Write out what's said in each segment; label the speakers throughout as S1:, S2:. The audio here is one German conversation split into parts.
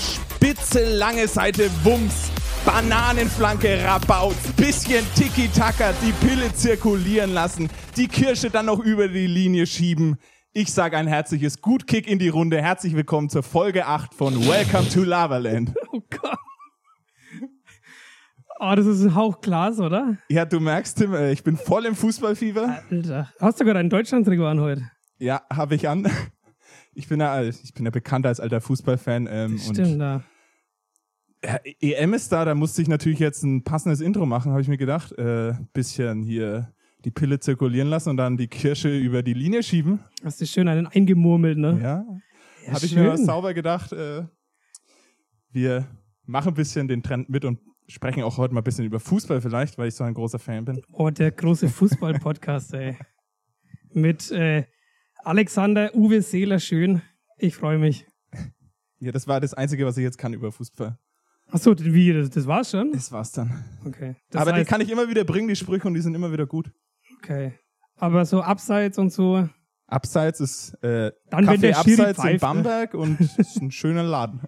S1: Spitze, lange Seite, Wumms. Bananenflanke, Rabaut, bisschen Tiki-Taka, die Pille zirkulieren lassen, die Kirsche dann noch über die Linie schieben. Ich sage ein herzliches Gut Kick in die Runde. Herzlich willkommen zur Folge 8 von Welcome to Lavaland.
S2: Oh Gott. Oh, das ist ein Hauch Glas, oder?
S1: Ja, du merkst, Tim, äh, ich bin voll im Fußballfieber.
S2: Alter. Hast du gerade einen Deutschlandtrikot an heute?
S1: Ja, habe ich an. Ich bin ja, alt- ich bin ja bekannter als alter Fußballfan. Ähm,
S2: Stimmt, da.
S1: Und äh, EM ist da, da musste ich natürlich jetzt ein passendes Intro machen, habe ich mir gedacht. Äh, bisschen hier die Pille zirkulieren lassen und dann die Kirsche über die Linie schieben.
S2: Hast du schön einen eingemurmelt, ne?
S1: Ja,
S2: Ja,
S1: habe ich
S2: schön.
S1: mir was sauber gedacht. Äh, wir machen ein bisschen den Trend mit und sprechen auch heute mal ein bisschen über Fußball vielleicht, weil ich so ein großer Fan bin.
S2: Oh, der große Fußball-Podcast, ey. Mit äh, Alexander Uwe Seeler schön. Ich freue mich.
S1: Ja, das war das Einzige, was ich jetzt kann über Fußball.
S2: Achso, wie? Das, das war's schon?
S1: Das war's dann.
S2: Okay. Das
S1: Aber
S2: heißt,
S1: die kann ich immer wieder bringen, die Sprüche, und die sind immer wieder gut.
S2: okay. Aber so abseits und so.
S1: Abseits ist äh,
S2: Dann,
S1: Kaffee
S2: wenn der Schiri
S1: Abseits in
S2: pfeift, ne?
S1: Bamberg und ist ein schöner Laden.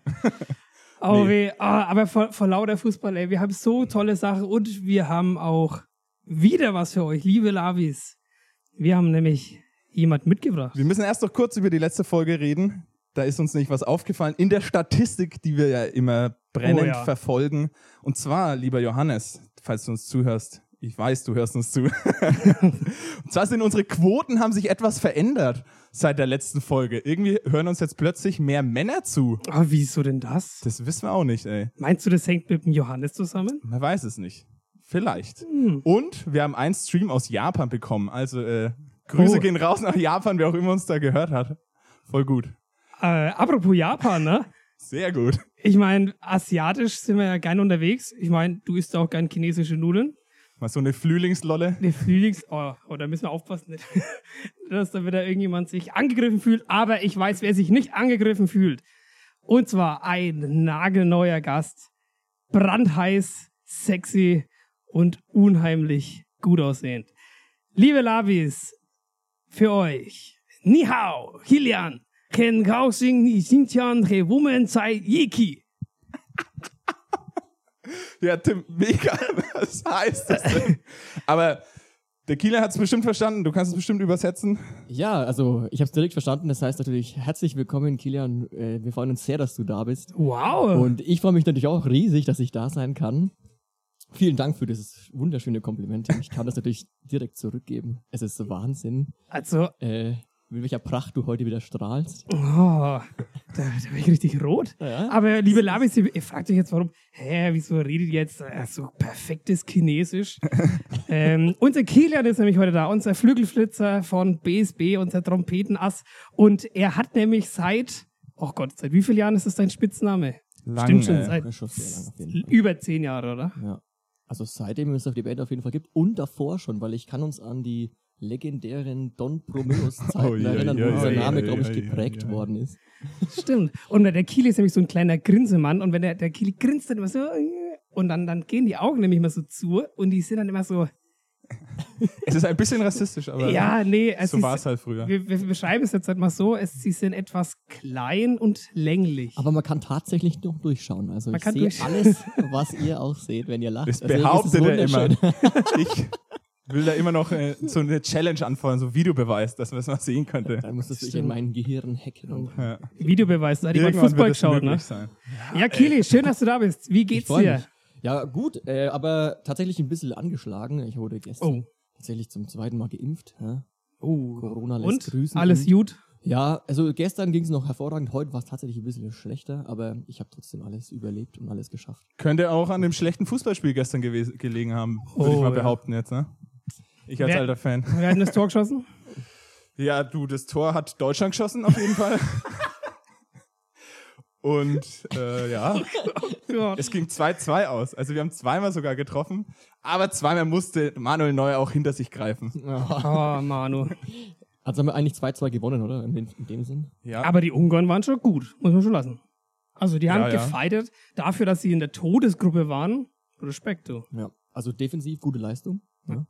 S2: Oh,
S1: Nee.
S2: weh. Ah, aber vor, vor lauter Fußball, ey. Wir haben so tolle Sachen und wir haben auch wieder was für euch, liebe Lavis. Wir haben nämlich jemand mitgebracht.
S1: Wir müssen erst noch kurz über die letzte Folge reden. Da ist uns nicht was aufgefallen. In der Statistik, die wir ja immer brennend
S2: Oh ja.
S1: verfolgen. Und zwar, lieber Johannes, falls du uns zuhörst, ich weiß, du hörst uns zu. Und zwar sind unsere Quoten haben sich etwas verändert seit der letzten Folge. Irgendwie hören uns jetzt plötzlich mehr Männer zu.
S2: Ah, wieso denn das?
S1: Das wissen wir auch nicht, ey.
S2: Meinst du, das hängt mit dem Johannes zusammen?
S1: Man weiß es nicht. Vielleicht.
S2: Hm.
S1: Und wir haben einen Stream aus Japan bekommen. Also äh, Grüße
S2: Oh.
S1: gehen raus nach Japan, wer auch immer uns da gehört hat. Voll gut.
S2: Äh, apropos Japan, ne?
S1: Sehr gut.
S2: Ich meine, asiatisch sind wir ja gern unterwegs. Ich meine, du isst auch gern chinesische Nudeln.
S1: Mal so eine Frühlingslolle.
S2: Die Frühlings... Oh, oh, da müssen wir aufpassen, nicht, dass da wieder irgendjemand sich angegriffen fühlt. Aber ich weiß, wer sich nicht angegriffen fühlt. Und zwar ein nagelneuer Gast. Brandheiß, sexy und unheimlich gut aussehend. Liebe Labis, für euch. Ni hao, Hilian, Ken Kaoxing, Ni Xinjiang, He Woman, Zai Yiki.
S1: Ja, Tim, mega. Was heißt das denn? Aber der Kieler hat es bestimmt verstanden. Du kannst es bestimmt übersetzen.
S3: Ja, also ich habe es direkt verstanden. Das heißt natürlich herzlich willkommen, Kilian. Äh, wir freuen uns sehr, dass du da bist.
S2: Wow.
S3: Und ich freue mich natürlich auch riesig, dass ich da sein kann. Vielen Dank für dieses wunderschöne Kompliment. Ich kann das natürlich direkt zurückgeben. Es ist Wahnsinn,
S2: Also,
S3: äh, mit welcher Pracht du heute wieder strahlst.
S2: oh, da, da bin ich richtig rot.
S3: Ja.
S2: Aber liebe Labis, ihr, ihr fragt euch jetzt, warum, hä, wieso redet ihr jetzt äh, so perfektes Chinesisch? ähm, unser Kilian ist nämlich heute da, unser Flügelflitzer von BSB, unser Trompetenass. Und er hat nämlich seit, oh Gott, seit wie vielen Jahren ist das dein Spitzname?
S1: Lang,
S2: Stimmt schon,
S1: ey.
S2: seit
S3: Schon sehr lang auf jeden Fall.
S2: über zehn Jahre, oder?
S3: Ja. Also seitdem es auf die Band auf jeden Fall gibt und davor schon, weil ich kann uns an die legendären Don Bromeos Zeiten
S1: Oh, ja,
S3: erinnern, wo
S1: ja,
S3: unser
S1: ja,
S3: Name,
S1: ja,
S3: glaube ich,
S1: ja, ja,
S3: geprägt
S1: ja.
S3: worden ist.
S2: Stimmt. Und der Kili ist nämlich so ein kleiner Grinsemann und wenn der, der Kili grinst dann immer so äh, und dann, dann gehen die Augen nämlich immer so zu und die sind dann immer so,
S1: Es ist ein bisschen rassistisch, aber
S2: ja, nee, es
S1: so
S2: ist-
S1: war es halt früher.
S2: Wir, wir beschreiben es jetzt halt mal so, es, sie sind etwas klein und länglich.
S3: Aber man kann tatsächlich noch durchschauen. Also
S2: Man
S3: ich
S2: kann
S3: sehe
S2: durchschauen.
S3: alles, was ihr auch seht, wenn ihr lacht.
S1: Das
S3: also
S1: behauptet er
S3: es ist
S1: immer.
S3: wunderschön.
S1: Ich will da immer noch äh, so eine Challenge anfordern, so Videobeweis, dass man es mal sehen könnte.
S3: Dann muss es sich
S2: Stimmt.
S3: in meinen Gehirn hacken. Und
S1: Ja.
S2: Videobeweis, da hat jemand
S1: Irgendwann
S2: Fußball
S1: wird es
S2: geschaut,
S1: möglich
S2: ne?
S1: sein.
S2: Ja, Kili, schön, dass du da bist. Wie
S3: ich
S2: geht's
S3: freue
S2: dir?
S3: mich. Ja, gut, äh, aber tatsächlich ein bisschen angeschlagen. Ich wurde
S2: Oh,
S3: gestern tatsächlich zum zweiten Mal geimpft. Ja.
S2: oh.
S3: Corona lässt
S2: Und?
S3: grüßen.
S2: Alles
S3: Und-
S2: gut?
S3: Ja, also gestern ging es noch hervorragend. Heute war es tatsächlich ein bisschen schlechter, aber ich habe trotzdem alles überlebt und alles geschafft.
S1: Könnte auch an dem schlechten Fußballspiel gestern gewes- gelegen haben, würde ich
S2: Oh,
S1: mal
S2: ja.
S1: behaupten jetzt, ne? Ich als
S2: Wer-
S1: alter Fan.
S2: Wir hatten das Tor geschossen?
S1: Ja, du, das Tor hat Deutschland geschossen, auf jeden Fall. Und äh, ja,
S2: Ja.
S1: es ging 2-2 aus. Also wir haben zweimal sogar getroffen, aber zweimal musste Manuel Neuer auch hinter sich greifen.
S2: Oh, Manu.
S3: Also haben wir eigentlich 2-2 gewonnen, oder? In, dem- in dem Sinn.
S1: Ja,
S2: Aber die Ungarn waren schon gut, muss man schon lassen. Also, die haben
S1: Ja, ja.
S2: gefeitet dafür, dass sie in der Todesgruppe waren. Respekt, du.
S3: Ja. Also defensiv gute Leistung. Ja.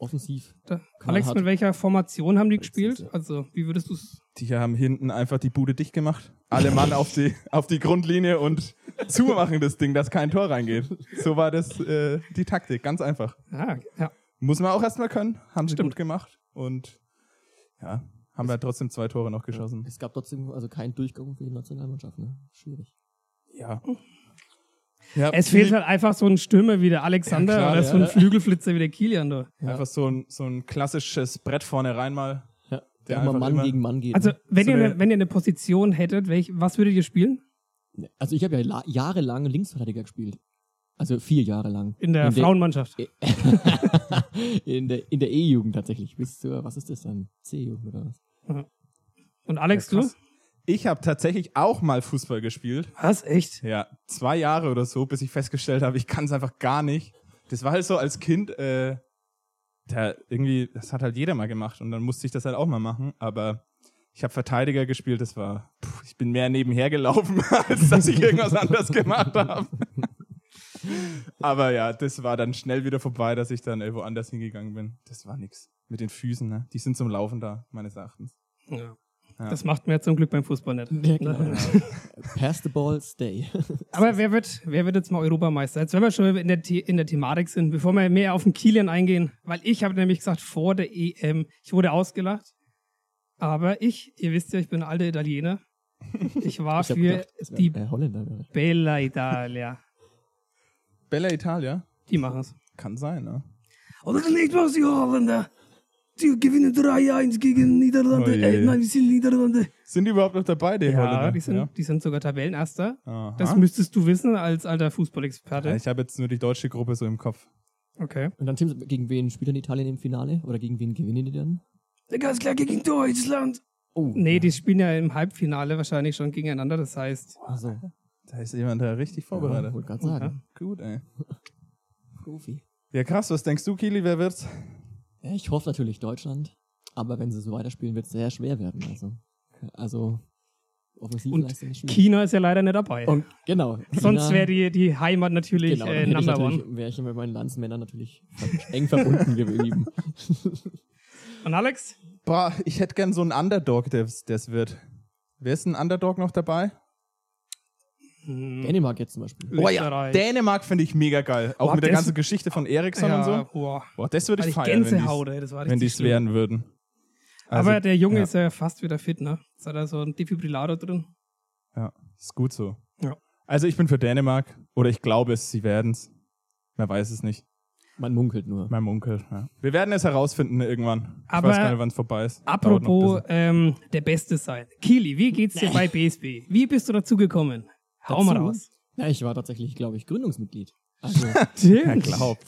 S3: offensiv.
S2: Da,
S3: Karl
S2: Alex,
S3: hat-
S2: mit welcher Formation haben die
S3: Alex
S2: gespielt?
S3: ist-
S2: Also, wie würdest du es.
S1: Die haben hinten einfach die Bude dicht gemacht. Alle Mann auf die, auf die Grundlinie und zumachen das Ding, dass kein Tor reingeht. So war das äh, die Taktik, ganz einfach.
S2: Ah, ja.
S1: Muss man auch erstmal können, haben sie
S2: Stimmt.
S1: gut gemacht und ja, haben ja trotzdem zwei Tore noch geschossen.
S3: Es gab trotzdem also keinen Durchgang für die Nationalmannschaft. Ne? Schwierig.
S1: Ja. ja
S2: Es
S1: Kiel-
S2: fehlt halt einfach so ein Stürmer wie der Alexander
S1: Ja, klar,
S2: oder
S1: ja,
S2: so ein
S3: ja.
S2: Flügelflitzer wie der Kilian da.
S1: Einfach so ein, so ein klassisches Brett vorne rein mal.
S3: Ja,
S1: Der
S3: der immer
S1: einfach
S3: Mann
S1: immer-
S3: gegen Mann geht.
S2: Also,
S3: ne?
S2: wenn,
S1: So
S2: ihr
S1: eine-
S2: eine, wenn ihr eine Position hättet, welch, was würdet ihr spielen?
S3: Ne, also ich habe ja la- jahrelang Linksverteidiger gespielt. Also vier Jahre lang.
S2: In der Frauenmannschaft.
S3: in der, in der E-Jugend tatsächlich. Bis zur, was ist das dann? C-Jugend oder was?
S2: Und Alex,
S1: Ja,
S2: du?
S1: krass. Ich habe tatsächlich auch mal Fußball gespielt.
S2: Was? Echt?
S1: Ja, zwei Jahre oder so, bis ich festgestellt habe, ich kann es einfach gar nicht. Das war halt so als Kind, äh, da irgendwie, das hat halt jeder mal gemacht und dann musste ich das halt auch mal machen. Aber ich habe Verteidiger gespielt, das war, puh, ich bin mehr nebenher gelaufen, als dass ich irgendwas anderes gemacht habe. Aber ja, das war dann schnell wieder vorbei, dass ich dann äh, woanders hingegangen bin. Das war nix. Mit den Füßen, ne? Die sind zum Laufen da, meines Erachtens.
S2: Ja.
S1: Ja.
S2: Das macht mir ja genau. zum Glück beim Fußball nicht.
S3: Genau.
S2: Ne?
S3: Pass the ball, stay.
S2: Aber wer wird, wer wird jetzt mal Europameister? Jetzt, wenn wir schon in der, The in der Thematik sind, bevor wir mehr auf den Kilian eingehen, weil ich habe nämlich gesagt, vor der EM, ich wurde ausgelacht. Aber ich, ihr wisst ja, ich bin alter Italiener. Ich war
S3: Ich hab
S2: für
S3: gedacht, es wär,
S2: die
S3: äh, Holländer. Wäre.
S2: Bella Italia.
S1: Bella Italia?
S2: Die machen es.
S1: Kann sein, ne?
S2: Oder nicht was die Holländer. Die gewinnen 3-1 gegen Niederlande.
S1: Oh je. Äh, nein,
S2: die sind Niederlande.
S1: Sind die überhaupt noch dabei, die
S2: Ja,
S1: Holländer?
S2: die sind, die sind sogar Tabellenerster.
S1: Aha.
S2: Das müsstest du wissen als alter
S1: Ja,
S2: Fußballexperte.
S1: ich habe jetzt nur die deutsche Gruppe so im Kopf.
S2: Okay.
S3: Und dann, Tim, gegen wen spielt dann Italien im Finale? Oder gegen wen gewinnen die dann?
S2: Ganz klar gegen Deutschland.
S3: Oh,
S2: Nee, die spielen ja im Halbfinale wahrscheinlich schon gegeneinander. Das heißt,
S1: Hm.
S3: Also,
S1: Da ist jemand da richtig vorbereitet.
S3: wollte gerade sagen.
S1: Gut, ey.
S3: Goofy.
S1: Ja, krass, was denkst du, Kili, wer wird's?
S3: Ja, ich hoffe natürlich Deutschland. Aber wenn sie so weiterspielen, wird es sehr schwer werden. Also, also
S2: Und
S3: Offensivleistung ist schwierig.
S2: China ist ja leider nicht dabei.
S3: Und genau.
S2: Sonst
S3: China-
S2: wäre die, die Heimat natürlich
S3: genau,
S2: äh,
S3: dann hätte ich
S2: Number
S3: natürlich-
S2: One.
S3: Wäre ich mit meinen Landsmännern natürlich ver- eng verbunden geblieben.
S2: Und Alex?
S1: Boah, ich hätte gern so einen Underdog, der das wird. Wer ist ein Underdog noch dabei?
S2: Hm,
S3: Dänemark jetzt zum Beispiel.
S2: Österreich.
S1: Dänemark finde ich mega geil. Auch
S2: Boah,
S1: mit der
S2: das-
S1: ganzen Geschichte von Eriksson und
S2: ja,
S1: so.
S2: boah.
S1: Boah, das würde
S2: Weil
S1: ich
S2: ich
S1: feiern,
S2: Gänsehaut,
S1: wenn
S2: ey, das war
S1: die's- wenn die
S2: richtig
S1: es
S2: schlimm.
S1: werden würden. Also
S2: Aber der Junge
S1: ja.
S2: ist ja fast wieder fit, ne? Jetzt hat er so einen Defibrillator drin.
S1: Ja, ist gut so.
S2: Ja.
S1: Also ich bin für Dänemark. Oder ich glaube es, sie werden's. Wer weiß es nicht.
S3: Man munkelt nur.
S1: Mein Onkel. Ja. Wir werden es herausfinden irgendwann.
S2: Aber
S1: ich weiß gar nicht, wann es vorbei ist. Dauert noch ein
S2: Apropos
S1: bisschen.
S2: ähm, der Beste sein. Kili, wie geht's dir bei BSB? Wie bist du dazu gekommen? Hau mal
S3: Dazu?
S2: raus.
S3: Ja, ich war tatsächlich, glaube ich, Gründungsmitglied. Also,
S1: Wer glaubt.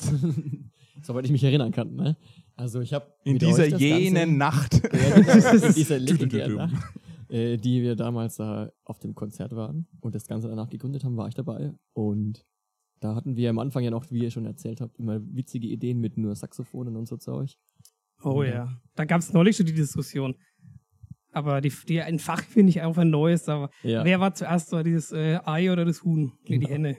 S3: soweit ich mich erinnern kann. Ne? Also ich habe
S1: In dieser jenen Nacht.
S3: in dieser
S1: Du, du, du,
S3: legendären
S1: du.
S3: Nacht, äh, die wir damals da auf dem Konzert waren und das Ganze danach gegründet haben, war ich dabei. Und da hatten wir am Anfang ja noch, wie ihr schon erzählt habt, immer witzige Ideen mit nur Saxophonen und so Zeug.
S2: Oh ja. Da gab's neulich schon die Diskussion. Aber die, die, ein Fach finde ich einfach ein neues. Aber
S3: Ja.
S2: Wer war zuerst da? Dieses äh, Ei oder das Huhn? Nee, die
S3: Genau.
S2: Henne.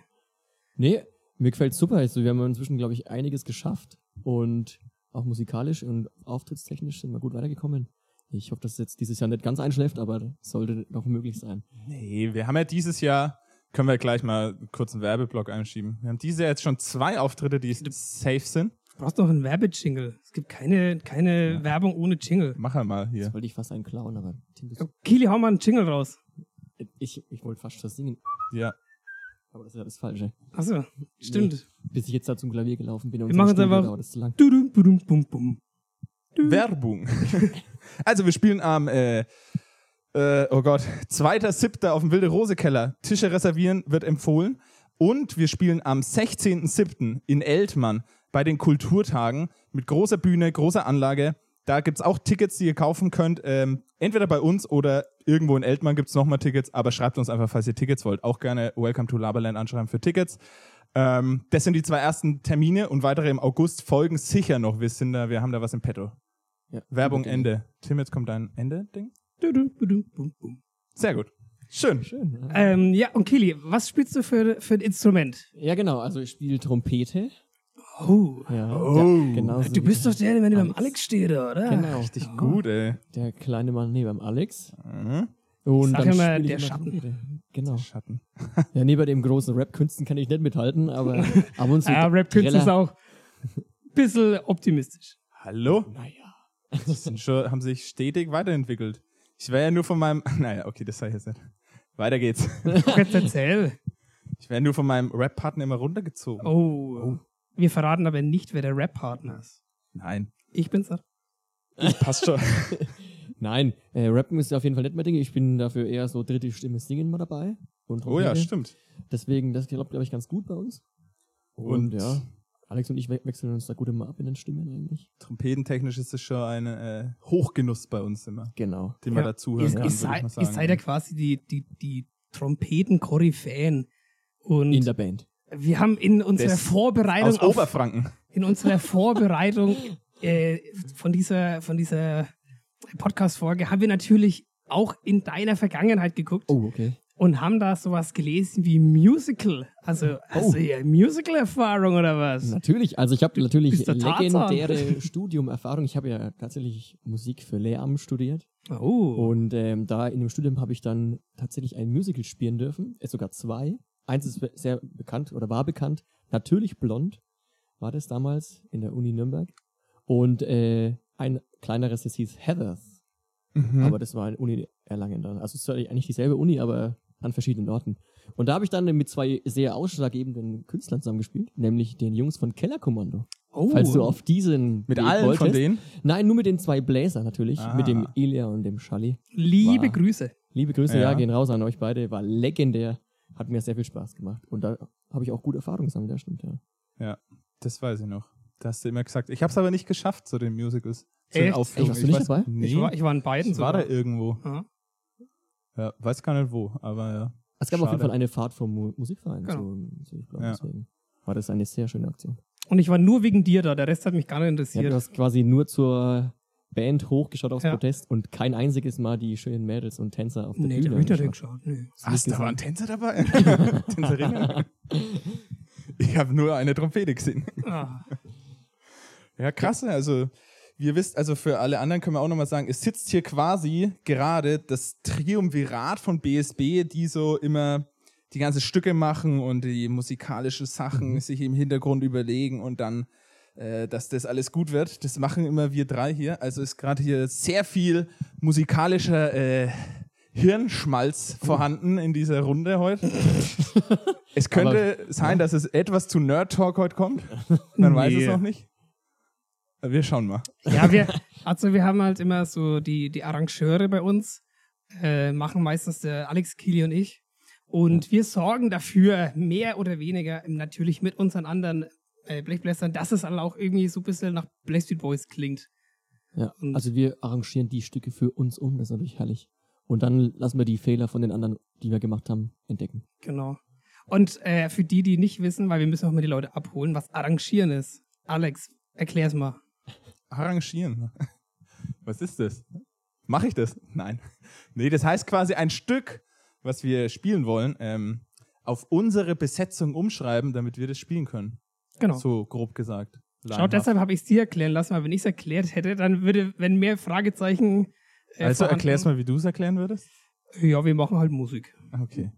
S3: Nee, mir gefällt super. Also wir haben inzwischen, glaube ich, einiges geschafft und auch musikalisch und auftrittstechnisch sind wir gut weitergekommen. Ich hoffe, dass es jetzt dieses Jahr nicht ganz einschläft, aber sollte noch möglich sein.
S1: Nee, wir haben ja dieses Jahr, können wir gleich mal kurz einen Werbeblock einschieben. Wir haben dieses Jahr jetzt schon zwei Auftritte, die safe sind.
S2: Du brauchst noch einen Werbejingle. Es gibt keine, keine Werbung ohne Jingle.
S1: Mach er mal hier.
S3: Jetzt wollte ich fast einen klauen, aber Tim, bist-
S2: Kili, hau mal einen Jingle raus.
S3: ich, ich wollte fast das singen,
S1: Ja.
S3: aber das ist ja das Falsche.
S2: Achso, stimmt.
S3: Bis ich jetzt da zum Klavier gelaufen bin und
S2: Wir machen jetzt
S3: Studio
S2: einfach-
S3: dauert es zu lang.
S2: Dudum, budum, bum, bum.
S1: Werbung. also wir spielen am, äh, äh, oh Gott, 2.7. auf dem Wilde Rose Keller. Tische reservieren wird empfohlen. Und wir spielen am 16.7. in Eltmann bei den Kulturtagen mit großer Bühne, großer Anlage. Da gibt's auch Tickets, die ihr kaufen könnt. Ähm, entweder bei uns oder irgendwo in Eltmann gibt's nochmal Tickets. Aber schreibt uns einfach, falls ihr Tickets wollt. Auch gerne Welcome to Laberland anschreiben für Tickets. Ähm, das sind die zwei ersten Termine und weitere im August folgen sicher noch. Wir sind da, wir haben da was im Petto.
S3: Ja,
S1: Werbung
S3: unbedingt.
S1: Ende. Tim, jetzt kommt dein Ende-Ding.
S2: Dudum, budum, bum, bum.
S1: Sehr gut. Schön.
S3: Schön. ne? Ja.
S2: Ähm, ja, und Kili, was spielst du für, für ein Instrument?
S3: ja, genau. Also ich spiele Trompete
S2: Oh.
S3: Ja,
S1: Oh.
S3: ja genau. so
S2: Du
S3: wie-
S2: bist doch der, der mit dem
S3: Alex.
S2: Alex steht, oder?
S3: Genau.
S1: Richtig gut, ey.
S3: Der kleine Mann neben beim Alex.
S1: Mhm.
S3: Und
S2: sag
S3: dann
S2: immer,
S3: spiel ich
S2: der Schatten.
S3: Trompete. Genau.
S1: Schatten.
S3: Ja, neben dem großen Rap-Künsten kann ich nicht mithalten, aber ab und zu.
S2: Ja, Rap-Künstler ist
S3: Triller-
S2: auch ein bisschen optimistisch.
S1: Hallo?
S3: Naja.
S1: Die sind schon, haben sich stetig weiterentwickelt. Ich wäre ja nur von meinem. Naja, okay, das sei jetzt nicht. Weiter geht's.
S2: Jetzt erzähl.
S1: Ich wäre nur von meinem Rap-Partner immer runtergezogen.
S2: Oh. Wir verraten aber nicht, wer der Rap-Partner ist.
S1: Nein.
S2: Ich bin's dann.
S1: Passt schon.
S3: Nein, äh, Rappen ist auf jeden Fall nicht mein Ding. Ich bin dafür eher so dritte Stimme singen mal dabei. Und
S1: oh ja,
S3: Trompete.
S1: stimmt.
S3: Deswegen, das klappt, glaube ich, ganz gut bei uns.
S1: Und-
S3: Und, ja, Alex und ich we- wechseln uns da gut immer ab in den Stimmen eigentlich.
S1: Trompetentechnisch ist es schon ein äh, Hochgenuss bei uns immer,
S3: Genau.
S1: den man
S2: Ja.
S1: dazuhören
S2: Ihr,
S1: kann.
S2: ihr,
S1: würd ich
S2: seid,
S1: mal
S2: ihr
S1: sagen.
S2: seid ja quasi die, die, die Trompeten-Koryphäen.
S3: In
S2: Und
S3: der Band.
S2: wir haben in unserer
S1: Des-
S2: Vorbereitung
S1: Aus
S2: auf,
S1: Oberfranken.
S2: in unserer Vorbereitung äh, von dieser, von dieser Podcast-Folge haben wir natürlich auch in deiner Vergangenheit geguckt
S3: Oh, okay.
S2: und haben da sowas gelesen wie Musical. Also hast du ja Musical-Erfahrung oder was?
S3: Natürlich, also ich habe natürlich
S2: bist der Tarzan.
S3: legendäre Studiumerfahrung. Ich habe ja tatsächlich Musik für Lehramt studiert.
S2: Oh.
S3: Und ähm, da in dem Studium habe ich dann tatsächlich ein Musical spielen dürfen, äh, sogar zwei. Eins ist be- sehr bekannt oder war bekannt, natürlich blond war das damals in der Uni Nürnberg. Und äh, ein kleineres, das hieß Heathers,
S1: Mhm.
S3: aber das war in Uni Erlangen dann. Also es war eigentlich dieselbe Uni, aber an verschiedenen Orten. Und da habe ich dann mit zwei sehr ausschlaggebenden Künstlern zusammengespielt, nämlich den Jungs von Kellerkommando.
S2: oh.
S3: Falls du auf diesen
S1: Mit
S3: Weg
S1: allen von
S3: wolltest.
S1: denen.
S3: Nein, nur mit den zwei Bläsern natürlich,
S1: Ah.
S3: mit dem Ilya und dem Schalli.
S2: Liebe
S3: Wow.
S2: Grüße.
S3: Liebe Grüße,
S1: Ja.
S3: ja. gehen raus an euch beide. War legendär. Hat mir sehr viel Spaß gemacht. Und da habe ich auch gute Erfahrungen gesammelt, das stimmt, ja.
S1: Das weiß ich noch. Da hast du immer gesagt. Ich habe es aber nicht geschafft zu den Musicals. Zu den
S2: Echt?
S1: Aufführungen.
S3: Echt, warst du nicht
S1: weiß,
S3: dabei?
S1: Nee,
S2: Ich, war, ich war in beiden
S1: ich war da
S2: sogar.
S1: irgendwo.
S2: Ja.
S1: Ja, weiß gar nicht wo, aber ja.
S3: Es gab auf jeden
S1: Schade.
S3: Fall eine Fahrt vom Mu Musikverein
S2: Genau.
S3: zu, zu ich glaube,
S1: Ja.
S3: deswegen war das eine sehr schöne Aktion.
S2: Und ich war nur wegen dir da. Der Rest hat mich gar nicht
S3: Ja,
S2: interessiert.
S3: du hast quasi nur zur Band hochgeschaut aus
S2: Ja.
S3: Protest und kein einziges Mal die schönen Mädels und Tänzer auf der
S2: nee, da
S3: Bühne
S2: hab ich nicht
S3: angeschaut.
S2: geschaut. Nee.
S1: Was, da
S3: gesagt.
S1: waren Tänzer dabei? Tänzerinnen? ich habe nur eine Trompete gesehen.
S2: Ah.
S1: Ja, krass. Also, wir wisst, also für alle anderen können wir auch nochmal sagen, es sitzt hier quasi gerade das Triumvirat von BSB, die so immer die ganzen Stücke machen und die musikalischen Sachen sich im Hintergrund überlegen und dann, äh, dass das alles gut wird. Das machen immer wir drei hier. Also ist gerade hier sehr viel musikalischer äh, Hirnschmalz vorhanden in dieser Runde heute. es könnte sein, dass es etwas zu Nerd Talk heute kommt. Man weiß es
S2: Nee.
S1: noch nicht. Aber Wir schauen mal.
S2: Ja, wir, also wir haben halt immer so die, die Arrangeure bei uns, äh, machen meistens der Alex Kili und ich. Und wir sorgen dafür, mehr oder weniger, natürlich mit unseren anderen äh, Blechbläsern, dass es dann auch irgendwie so ein bisschen nach Blechstreet Boys klingt.
S3: Ja,
S2: Und-
S3: also wir arrangieren die Stücke für uns um, das ist natürlich herrlich. Und dann lassen wir die Fehler von den anderen, die wir gemacht haben, entdecken.
S2: Genau. Und äh, für die, die nicht wissen, weil wir müssen auch mal die Leute abholen, was Arrangieren ist. Alex, erklär's mal.
S1: Arrangieren. Was ist das? Mache ich das? Nein. Nee, das heißt quasi ein Stück, was wir spielen wollen, ähm, auf unsere Besetzung umschreiben, damit wir das spielen können.
S2: Genau.
S1: So grob gesagt.
S2: Schau,
S1: Laienhaft.
S2: deshalb habe ich es dir erklären lassen, weil wenn ich es erklärt hätte, dann würde, wenn mehr Fragezeichen. äh,
S1: Also
S2: vorhanden-
S1: erklär's mal, wie du es erklären würdest. Ah,
S2: Ja, wir machen halt Musik.
S1: Okay.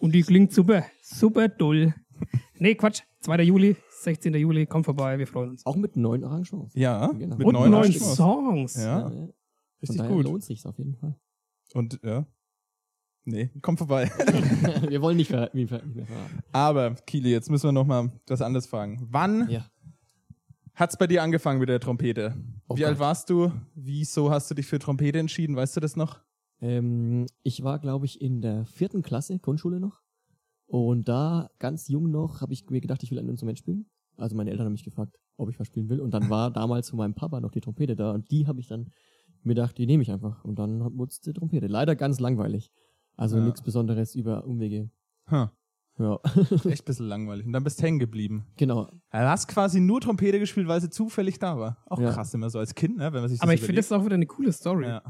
S2: Und die klingt super, super toll. Nee, Quatsch. 2. Juli, 16. Juli, kommt vorbei, wir freuen uns.
S3: Auch mit neuen Arrangements.
S1: Ja,
S3: Genau.
S1: mit
S2: Und
S1: neuen
S2: neuen
S1: Arrangements.
S2: Songs.
S1: Ja,
S3: Von
S1: richtig
S3: daher
S1: gut.
S3: lohnt sich's auf jeden Fall.
S1: Und ja. Nee, komm vorbei.
S3: wir wollen nicht, verra- nicht mehr verraten.
S1: Aber, Kili, jetzt müssen wir nochmal was anderes fragen. Wann
S3: Ja.
S1: Hat's bei dir angefangen mit der Trompete?
S3: Oh
S1: Wie
S3: Gott.
S1: alt warst du? Wieso hast du dich für Trompete entschieden? Weißt du das noch?
S3: Ähm, ich war, glaube ich, in der vierten Klasse, Grundschule noch. Und da, ganz jung noch, habe ich mir gedacht, ich will ein Instrument spielen. Also meine Eltern haben mich gefragt, ob ich was spielen will. Und dann war damals von meinem Papa noch die Trompete da. Und die habe ich dann mir gedacht, die nehme ich einfach. Und dann wurde es die Trompete. Leider ganz langweilig. Also
S1: Ja.
S3: nichts Besonderes über Umwege.
S1: Hm.
S3: Ja,
S1: Echt ein bisschen langweilig. Und dann bist du hängen geblieben.
S3: genau.
S1: Du hast quasi nur Trompete gespielt, weil sie zufällig da war. Auch
S3: Ja.
S1: krass immer so als Kind, ne? wenn man sich das
S2: Aber ich finde, das
S1: überlegt.
S2: ist auch wieder eine coole Story.
S1: Ja.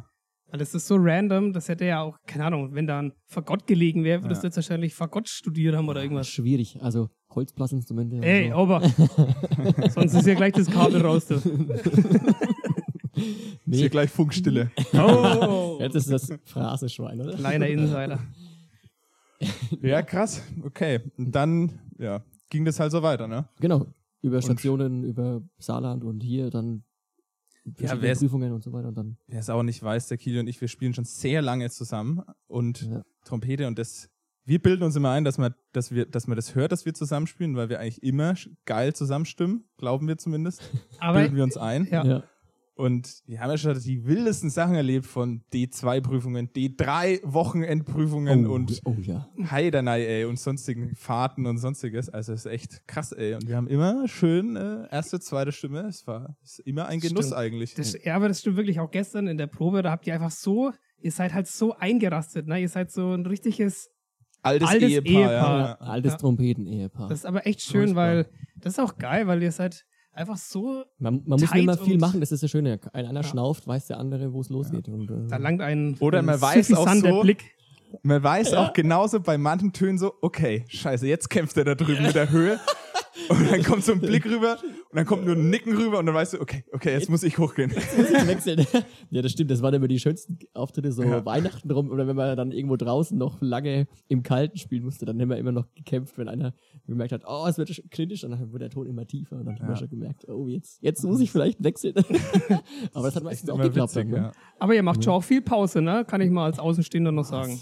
S2: Weil das ist so random, das hätte ja auch, keine Ahnung, wenn dann vor Gott gelegen wäre, würdest
S1: Ja.
S2: du jetzt wahrscheinlich vor Gott studiert haben oder irgendwas.
S3: Schwierig. Also Holzblasinstrumente. und
S2: Ey,
S3: so.
S2: aber. Sonst ist ja gleich das Kabel raus. Du.
S1: Ist hier
S3: nee,
S1: gleich Funkstille.
S2: Oh,
S3: jetzt ist das Phrasenschwein, oder?
S2: kleiner Insider.
S1: Ja, krass. Okay. Und dann, ja, ging das halt so weiter, ne?
S3: Genau. Über Stationen, über Saarland und hier dann verschiedene
S1: wer ist-
S3: Prüfungen und so weiter und dann.
S1: Wer es auch nicht weiß, der Kili und ich, wir spielen schon sehr lange zusammen und
S3: Ja.
S1: Trompete und das. Wir bilden uns immer ein, dass man, dass wir, dass man das hört, dass wir zusammenspielen, weil wir eigentlich immer sch- geil zusammenstimmen, glauben wir zumindest.
S2: Aber
S1: bilden wir uns ein.
S2: Ja.
S1: Und wir haben ja schon die wildesten Sachen erlebt von D2-Prüfungen, D3-Wochenendprüfungen
S3: Oh,
S1: und
S3: oh ja.
S1: Heidenei, ey, und sonstigen Fahrten und sonstiges. Also es ist echt krass, ey. Und wir haben immer schön äh, erste, zweite Stimme. Es war es ist immer ein Genuss
S2: Stimmt.
S1: eigentlich.
S2: das, ja, aber das stimmt wirklich auch gestern in der Probe. Da habt ihr einfach so, ihr seid halt so eingerastet. Ne? Ihr seid so ein richtiges
S1: altes,
S2: altes
S1: Ehepaar,
S2: Ehepaar.
S1: Ja.
S3: Altes
S2: Ja.
S3: Trompeten-Ehepaar.
S2: Das ist aber echt schön,
S1: Furchtbar.
S2: weil das ist auch geil, weil ihr seid einfach so,
S3: Man, man muss
S2: tight
S3: nicht immer viel
S2: und-
S3: machen, das ist das Schöne. Ein einer
S2: Ja.
S3: schnauft, weiß der andere, wo es losgeht. Und, äh,
S2: da langt ein
S1: Oder
S2: ein
S1: man weiß auch
S2: suffisanter
S1: so-
S2: Blick.
S1: Man weiß auch genauso bei manchen Tönen so, okay, scheiße, jetzt kämpft er da drüben mit der Höhe. Und dann kommt so ein Blick rüber und dann kommt nur ein Nicken rüber und dann weißt du, okay, okay, jetzt muss ich hochgehen.
S3: wechseln. ja, das stimmt. Das waren immer die schönsten Auftritte, so
S1: Ja.
S3: Weihnachten rum. Oder wenn man dann irgendwo draußen noch lange im Kalten spielen musste, dann haben wir immer noch gekämpft, wenn einer gemerkt hat, oh, es wird sch- kritisch, und dann wurde der Ton immer tiefer. Und dann haben wir schon gemerkt, oh, jetzt, jetzt muss ich vielleicht wechseln. Aber das hat meistens auch
S1: Immer
S3: geklappt.
S1: witzig,
S3: dann, ne?
S1: ja.
S2: Aber ihr
S1: Mhm.
S2: macht schon auch viel Pause, ne? Kann ich mal als Außenstehender noch sagen.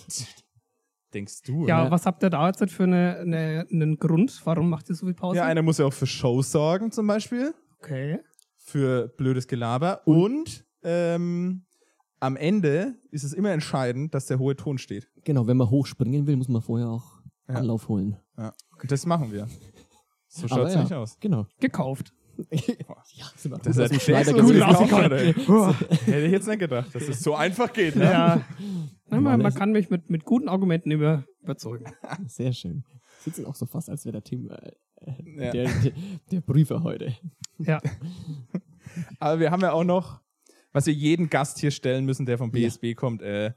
S1: Denkst du?
S2: Ja,
S1: ne?
S2: was habt ihr da jetzt für eine, eine, einen Grund? Warum macht ihr so viel Pause?
S1: ja, einer muss ja auch für Shows sorgen zum Beispiel.
S2: okay.
S1: für blödes Gelaber. Und ähm, am Ende ist es immer entscheidend, dass der hohe Ton steht.
S3: Genau, wenn man hochspringen will, muss man vorher auch
S1: Ja.
S3: Anlauf holen.
S1: Ja. Und das machen wir. So
S3: Aber
S1: schaut's
S3: ja,
S1: nicht aus.
S3: Genau.
S2: Gekauft.
S3: Ja, sind wir
S1: Das ist
S3: gut aus dem
S1: ein Schneider
S3: Schneider
S2: gute
S3: gesucht.
S2: Lauf-
S1: Hätte ich jetzt nicht gedacht, dass es so einfach geht. Ne?
S2: Ja. Na, man, man
S3: Mann,
S2: kann mich mit, mit guten Argumenten über, überzeugen.
S3: Sehr schön. Sitzen auch so fast, als wäre der Team äh, äh,
S1: Ja.
S3: der, der, der Prüfer heute.
S2: Ja.
S1: Aber wir haben ja auch noch, was wir jeden Gast hier stellen müssen, der vom BSB kommt, äh,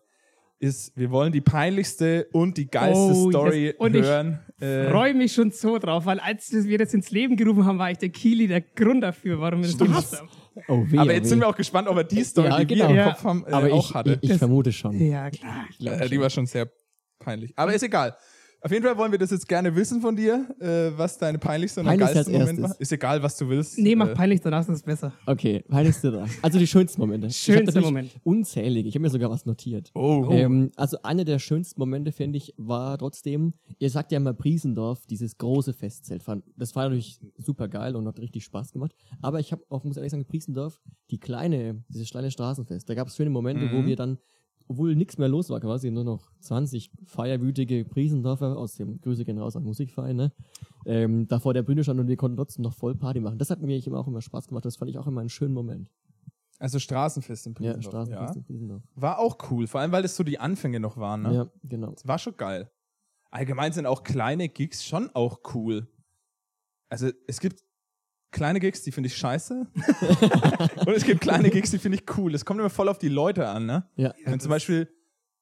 S1: ist, wir wollen die peinlichste und die geilste
S2: Oh, yes.
S1: Story
S2: Und ich
S1: hören. Äh,
S2: Freue mich schon so drauf, weil als wir das ins Leben gerufen haben, war ich der Kili der Grund dafür, warum wir das
S1: Stimmt.
S2: gemacht haben.
S3: Oh, weh,
S1: aber jetzt
S3: weh.
S1: sind wir auch gespannt, ob er die Story,
S3: Ja,
S1: die
S3: genau.
S1: wir im
S2: Ja.
S1: Kopf haben, äh,
S3: aber
S1: auch
S3: ich,
S1: hatte.
S3: Ich, ich vermute schon.
S2: Ja, klar.
S1: Äh, die war schon sehr peinlich.
S3: Hm.
S1: Aber ist egal. Auf jeden Fall wollen wir das jetzt gerne wissen von dir, äh, was deine peinlichste und am
S3: Peinlichste als
S1: geilsten Moment
S3: erstes.
S1: war. Ist egal, was du willst.
S2: Nee, mach
S1: Äh,
S2: peinlich danach, das ist besser.
S3: Okay, peinlichste da. Also die schönsten Momente. Ich hab
S2: Schönste
S3: natürlich
S2: Moment.
S3: Unzählige. Ich habe mir sogar was notiert.
S1: Oh,
S3: Ähm, also einer der schönsten Momente, finde ich, war trotzdem, ihr sagt ja immer Priesendorf, dieses große Festzelt. Fand- Das war natürlich super geil und hat richtig Spaß gemacht. Aber ich habe auch, muss ehrlich sagen, Priesendorf, die kleine, dieses kleine Straßenfest, da gab es schöne Momente, wo
S1: Mhm.
S3: wir dann, obwohl nichts mehr los war, quasi nur noch 20 feierwütige Priesendorfer aus dem Grüße gehen raus an Musikverein, ne? ähm, da vor der Bühne standen und wir konnten trotzdem noch voll Party machen. Das hat mir immer auch immer Spaß gemacht. Das fand ich auch immer einen schönen Moment.
S1: also Straßenfest im
S3: Ja,
S1: Prinzip.
S3: Straßenfest in Priesendorf.
S1: War auch cool, vor allem weil das so die Anfänge noch waren. Ne?
S3: Ja, genau.
S1: Das war schon geil. Allgemein sind auch kleine Gigs schon auch cool. Also es gibt kleine Gigs, die finde ich scheiße. und es gibt kleine Gigs, die finde ich cool. Es kommt immer voll auf die Leute an, ne?
S3: Ja,
S1: Wenn zum Beispiel,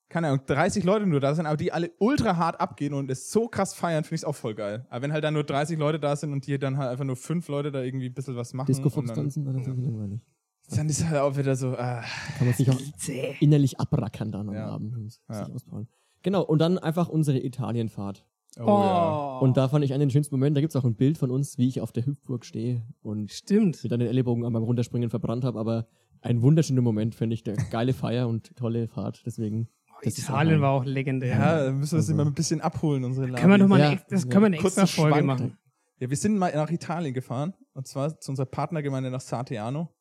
S1: keine Ahnung, 30 Leute nur da sind, aber die alle ultra hart abgehen und es so krass feiern, finde ich es auch voll geil. Aber wenn halt dann nur 30 Leute da sind und die dann halt einfach nur fünf Leute da irgendwie ein bisschen was machen,
S3: Disco
S1: Mhm, und
S3: Fox
S1: dann,
S3: tanzen war natürlich langweilig.
S1: dann ist halt auch wieder so, ah,
S3: Kann man sich auch
S2: Zäh.
S3: innerlich abrackern dann am
S1: Ja.
S3: Abend. und Sich
S1: Ja.
S3: auspowern. Genau, und dann einfach unsere Italienfahrt.
S1: oh,
S2: Oh.
S1: Ja.
S3: Und da fand ich einen der schönsten Momente, da gibt's auch ein Bild von uns, wie ich auf der Hüpfburg stehe und
S2: Stimmt.
S3: mir dann den Ellenbogen beim Runterspringen verbrannt habe, aber ein wunderschöner Moment, finde ich, der geile Feier und tolle Fahrt, deswegen.
S1: Oh,
S3: das ist
S2: Italien
S3: auch ein-
S2: war auch legendär.
S1: Ja, dann müssen wir sie mal ein bisschen abholen, unsere Lage.
S2: Also. Können wir noch mal
S3: Ja.
S2: eine, ex- das
S3: Ja.
S2: können wir eine
S1: Kurzen
S2: extra Folge
S1: Schwank.
S2: machen.
S1: Ja, wir sind mal nach Italien gefahren und zwar zu unserer Partnergemeinde nach Sartiano,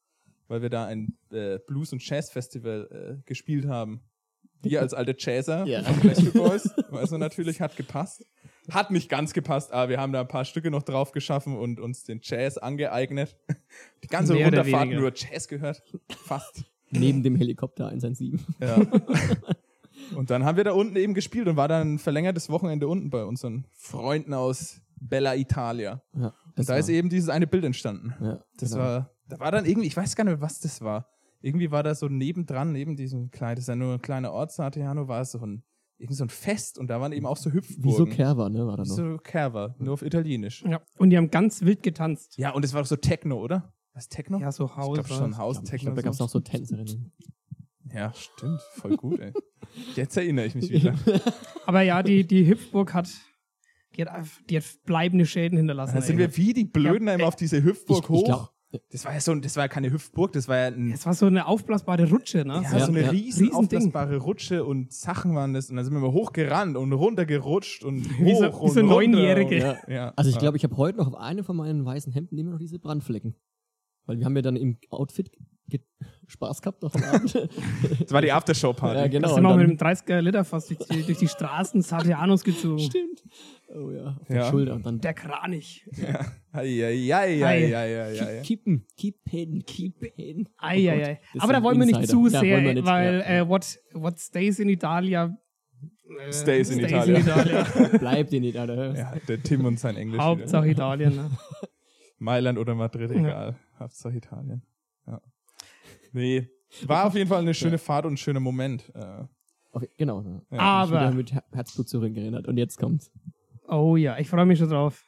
S1: weil wir da ein äh, Blues- und Jazz-Festival äh, gespielt haben. Wir als alte Jazzer
S3: Ja.
S1: von Backstreet Boys, also natürlich hat gepasst. Hat nicht ganz gepasst, aber wir haben da ein paar Stücke noch drauf geschaffen und uns den Jazz angeeignet. Die ganze
S2: Mehr oder
S1: Runterfahrt
S2: weniger.
S1: nur Jazz gehört. Fast.
S3: Neben dem Helikopter 117.
S1: Ja. Und dann haben wir da unten eben gespielt und war dann ein verlängertes Wochenende unten bei unseren Freunden aus Bella Italia.
S3: Ja,
S1: Und da ist eben dieses eine Bild entstanden.
S3: Ja,
S1: Das
S3: genau.
S1: war, da war dann irgendwie, ich weiß gar nicht, was das war. Irgendwie war da so nebendran, neben diesem kleinen, das ist ja nur ein kleiner Ort, Sartiano, war so ein irgendwie so ein Fest und da waren eben auch so
S3: Wie so
S1: Hüpfburgen.
S3: Kerber, ne, war da
S1: Wie
S3: noch.
S1: so Kerber, nur auf Italienisch.
S2: Ja. Und die haben ganz wild getanzt.
S1: Ja, und es war doch so Techno, oder? Was Techno?
S2: Ja, so House.
S1: ich glaube schon House
S3: Ich glaube,
S1: Techno.
S3: da gab es
S1: so.
S3: auch so Tänzerinnen.
S1: Ja, stimmt, voll gut, ey. Jetzt erinnere ich mich wieder.
S2: Aber ja, die, die Hüpfburg hat, die hat, die hat bleibende Schäden hinterlassen.
S1: Dann sind
S2: ey.
S1: wir wie die Blöden einmal auf diese Hüftburg
S3: Ich- ich
S1: hoch.
S3: glaub-
S1: das war ja so, ein- das war ja keine Hüftburg, das war ja, ein,
S2: es war so eine aufblasbare Rutsche, ne?
S1: ja,
S3: Ja,
S1: so eine
S3: ja.
S1: riesen
S2: Riesending.
S1: aufblasbare Rutsche und Sachen waren das. Und dann sind wir mal hochgerannt und runtergerutscht und hoch
S2: Wie so- wie
S1: und
S2: so
S1: runter
S2: Neunjährige.
S1: und-
S3: Ja.
S1: Ja.
S3: Also ich glaube, ich habe heute noch auf einem von meinen weißen Hemden immer noch diese Brandflecken. Weil wir haben ja dann im Outfit ge- Spaß gehabt noch am Abend.
S1: das war die Aftershow-Party.
S3: ja, genau.
S2: sind wir
S3: und
S2: auch mit dem
S3: dann-
S2: 30er Liter fast durch die, durch die Straßen Sardianos gezogen.
S3: Stimmt. Oh ja, auf
S1: Ja.
S3: der Schulter und dann
S2: Der Kranich.
S1: Eieieiei.
S3: kippen, kippen, kippen.
S2: Eieiei.
S3: Oh das
S2: Aber da
S3: sind
S2: wollen wir nicht
S3: Insider.
S2: zu
S3: Ja,
S2: sehr,
S3: wollen wir nicht,
S2: weil
S3: ja.
S2: äh, what, what stays in Italia äh,
S1: Stays in Italia.
S2: Italia. äh,
S3: Bleibt ihr nicht, Alter.
S1: Ja, der Tim und sein Englisch. wieder.
S2: Hauptsache Italien. Ne?
S1: Mailand oder Madrid, egal. Hauptsache Italien. Ja. Nee. War auf jeden Fall eine schöne Fahrt und ein schöner Moment. Äh,
S3: Okay, genau. ne.
S1: Ja,
S3: Ich bin wieder
S2: Aber,
S3: mit Her- Herzblut zurückerinnert. Und jetzt kommt's.
S2: oh ja, ich freue mich schon drauf.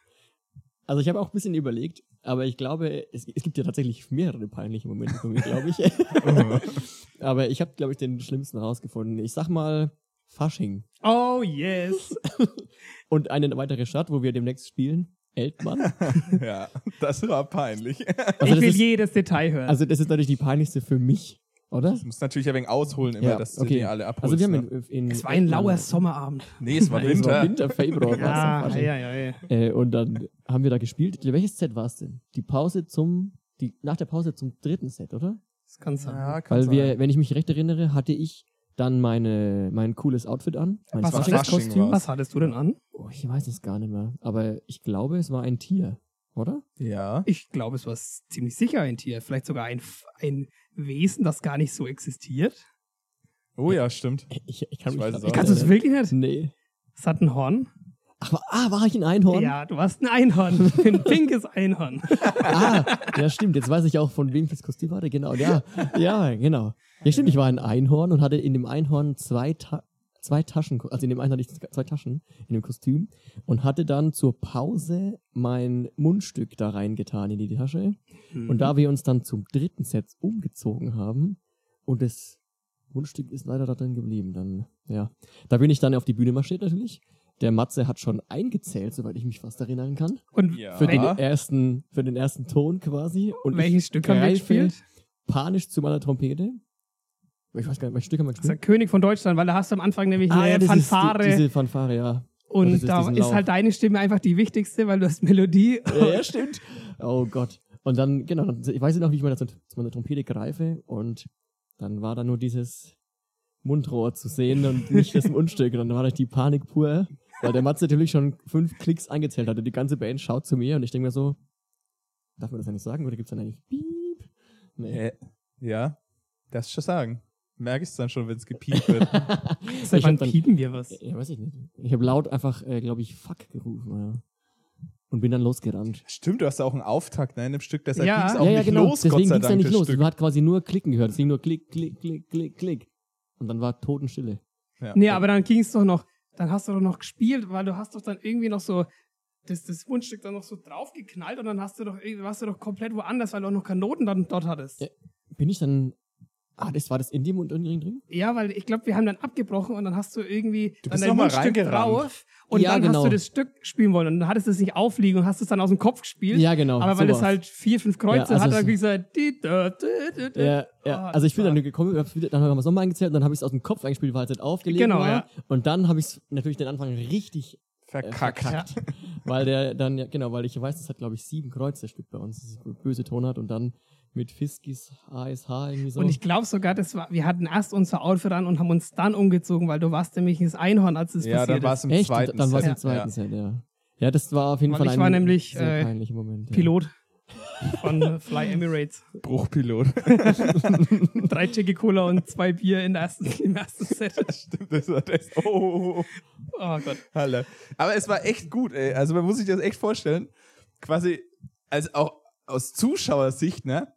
S3: Also ich habe auch ein bisschen überlegt, aber ich glaube, es, es gibt ja tatsächlich mehrere peinliche Momente von mir, glaube ich. aber ich habe, glaube ich, den schlimmsten rausgefunden. Ich sag mal Fasching.
S2: Oh yes.
S3: Und eine weitere Stadt, wo wir demnächst spielen, Eltmann.
S1: ja, das war peinlich.
S3: Also
S2: ich
S3: das
S2: will
S3: ist,
S2: jedes Detail hören.
S3: also das ist natürlich die peinlichste für mich, oder?
S1: Du musst natürlich ein wenig ausholen immer, dass du die alle abholst.
S3: also wir haben
S1: ne?
S3: in, in
S2: es war ein
S3: Eltmann-
S2: lauer Sommerabend.
S1: Nee, es war
S3: Es
S1: Winter.
S3: war Winter, Februar war's
S2: Ja,
S3: am Fasching.
S2: ja, ja, ja.
S3: Äh, und dann haben wir da gespielt. Welches Set war es denn? Die Pause zum, die, nach der Pause zum dritten Set, oder?
S2: Das kann sein.
S1: Ja, kann
S3: Weil wir,
S1: sein.
S3: wenn ich mich recht erinnere, hatte ich dann meine, mein cooles Outfit an. Mein
S2: Was,
S1: war
S2: hattest-
S1: Fasching war's.
S2: was hattest du denn an?
S3: Oh, ich weiß es gar nicht mehr. Aber ich glaube, es war ein Tier, oder?
S1: Ja.
S2: Ich glaube, es war s- ziemlich sicher ein Tier. Vielleicht sogar ein, F- ein Wesen, das gar nicht so existiert.
S1: Oh ja, stimmt.
S3: Ich, ich kann
S1: Ich
S3: mich
S1: weiß
S3: grad
S1: es
S3: nicht
S1: auch
S2: Kannst du es
S3: erinnern.
S2: wirklich nicht?
S3: Nee.
S2: Es hat ein Horn.
S3: Ach, war, ah, war ich ein Einhorn?
S2: Ja, du warst ein Einhorn. Ein pinkes Einhorn.
S3: Ah, ja, stimmt. Jetzt weiß ich auch, von wem das Kostüm hatte. Genau, ja. Ja, genau. Ja, stimmt. Ich war ein Einhorn und hatte in dem Einhorn zwei, Ta zwei Taschen. Also in dem einen hatte ich zwei Taschen in dem Kostüm und hatte dann zur Pause mein Mundstück da reingetan in die Tasche. Und da wir uns dann zum dritten Set umgezogen haben und das Mundstück ist leider da drin geblieben, dann, ja. Da bin ich dann auf die Bühne marschiert natürlich. Der Matze hat schon eingezählt, soweit ich mich fast erinnern kann
S2: Und
S1: Ja.
S3: für den ersten für den ersten Ton quasi und
S2: welches Stück haben wir
S3: greife
S2: gespielt?
S3: panisch zu meiner Trompete ich weiß gar nicht welches Stück haben wir
S2: Das ist der
S3: gespielt
S2: König von Deutschland, weil da hast du am Anfang nämlich eine
S3: Ah, ja, das ist die-
S2: Ah, Fanfare.
S3: diese Fanfare ja
S2: und
S3: dieses-
S2: da
S3: diesen
S2: ist
S3: Lauf.
S2: halt deine Stimme einfach die wichtigste, weil du hast Melodie.
S3: ja, ja stimmt oh Gott und dann genau dann, ich weiß nicht noch wie ich meine, zu meiner Trompete greife und dann war da nur dieses Mundrohr zu sehen und nicht das Mundstück und dann war da die Panik pur weil der Matze natürlich schon fünf Klicks eingezählt hatte die ganze Band schaut zu mir und ich denke mir so darf man das eigentlich sagen oder gibt's dann eigentlich Piep? nee
S1: Äh, ja, das schon sagen. Merke ich es dann schon, wenn es gepiept wird.
S2: Seit
S3: Ich hab
S2: wann
S3: dann-
S2: piepen wir was?
S3: Ja, weiß ich nicht. Ich habe laut einfach, äh, glaube ich, Fuck gerufen. Ja. Und bin dann losgerannt.
S1: Stimmt, du hast auch einen Auftakt ne, in dem Stück, deshalb
S2: Ja.
S1: ging es auch
S3: ja, ja,
S1: nicht
S3: genau.
S1: los, Gott
S3: Deswegen
S1: sei
S3: ging's ja
S1: Dank,
S3: nicht
S1: das
S3: los.
S1: Stück.
S3: Man hat quasi nur Klicken gehört. Es ging nur Klick, Klick, Klick, Klick, Klick. Und dann war Totenstille.
S1: Ja.
S2: Nee, aber dann ging es doch noch. Dann hast du doch noch gespielt, weil du hast doch dann irgendwie noch so das, das Mundstück dann noch so draufgeknallt und dann hast du doch irgendwie- warst du doch komplett woanders, weil du auch noch keine Noten dann dort hattest.
S3: Ja. Bin ich dann. Ah, das war das in dem und Ring drin?
S2: Ja, weil ich glaube, wir haben dann abgebrochen und dann hast du irgendwie
S1: Du
S2: dann
S1: bist
S2: dein
S1: noch mal
S2: Mundstück
S1: reingerannt.
S2: drauf und
S3: Ja,
S2: dann
S3: genau.
S2: hast du das Stück spielen wollen und dann hattest du es nicht aufliegen und hast es dann aus dem Kopf gespielt.
S3: Ja, genau.
S2: Aber weil
S3: So
S2: es
S3: war's.
S2: halt vier, fünf Kreuze
S3: Ja, also
S2: hat,
S3: es-
S2: dann ging es halt. di- da- di- di- di-
S3: Ja, ja.
S2: Ah,
S3: Also ich bin
S2: das
S3: dann
S2: war-
S3: gekommen, hab's wieder, dann haben wir es nochmal eingezählt und dann habe ich es aus dem Kopf eingespielt, weil es halt aufgelegt
S2: Genau,
S3: war.
S2: ja.
S3: Und dann habe ich natürlich den Anfang richtig äh,
S1: Verkackt.
S3: verkackt. Weil der dann, ja, genau, weil ich weiß, das hat, glaube ich, sieben Kreuze Stück bei uns. Das ist ein böse Ton hat und dann mit Fiskis ASH irgendwie so.
S2: Und ich glaube sogar, das war, wir hatten erst unser Outfit an und haben uns dann umgezogen, weil du warst nämlich ins Einhorn, als es
S1: Ja,
S2: passiert
S1: dann war
S2: ist.
S1: es im
S3: Echt?
S1: zweiten
S3: dann war es
S1: Set.
S3: im zweiten Set, ja. Ja, das war auf jeden
S2: Weil
S3: Fall
S2: ich
S3: ein
S2: war nämlich,
S3: sehr
S2: äh,
S3: peinlicher Moment.
S2: Pilot von äh, Fly Emirates.
S1: Ja. Bruchpilot.
S2: Drei Jackie Cola und zwei Bier in der ersten, im ersten Set.
S1: Stimmt, das war das. Oh, oh, oh.
S2: Oh Gott.
S1: Halle. Aber es war echt gut, ey. Also man muss sich das echt vorstellen. Quasi, also auch aus Zuschauersicht, ne?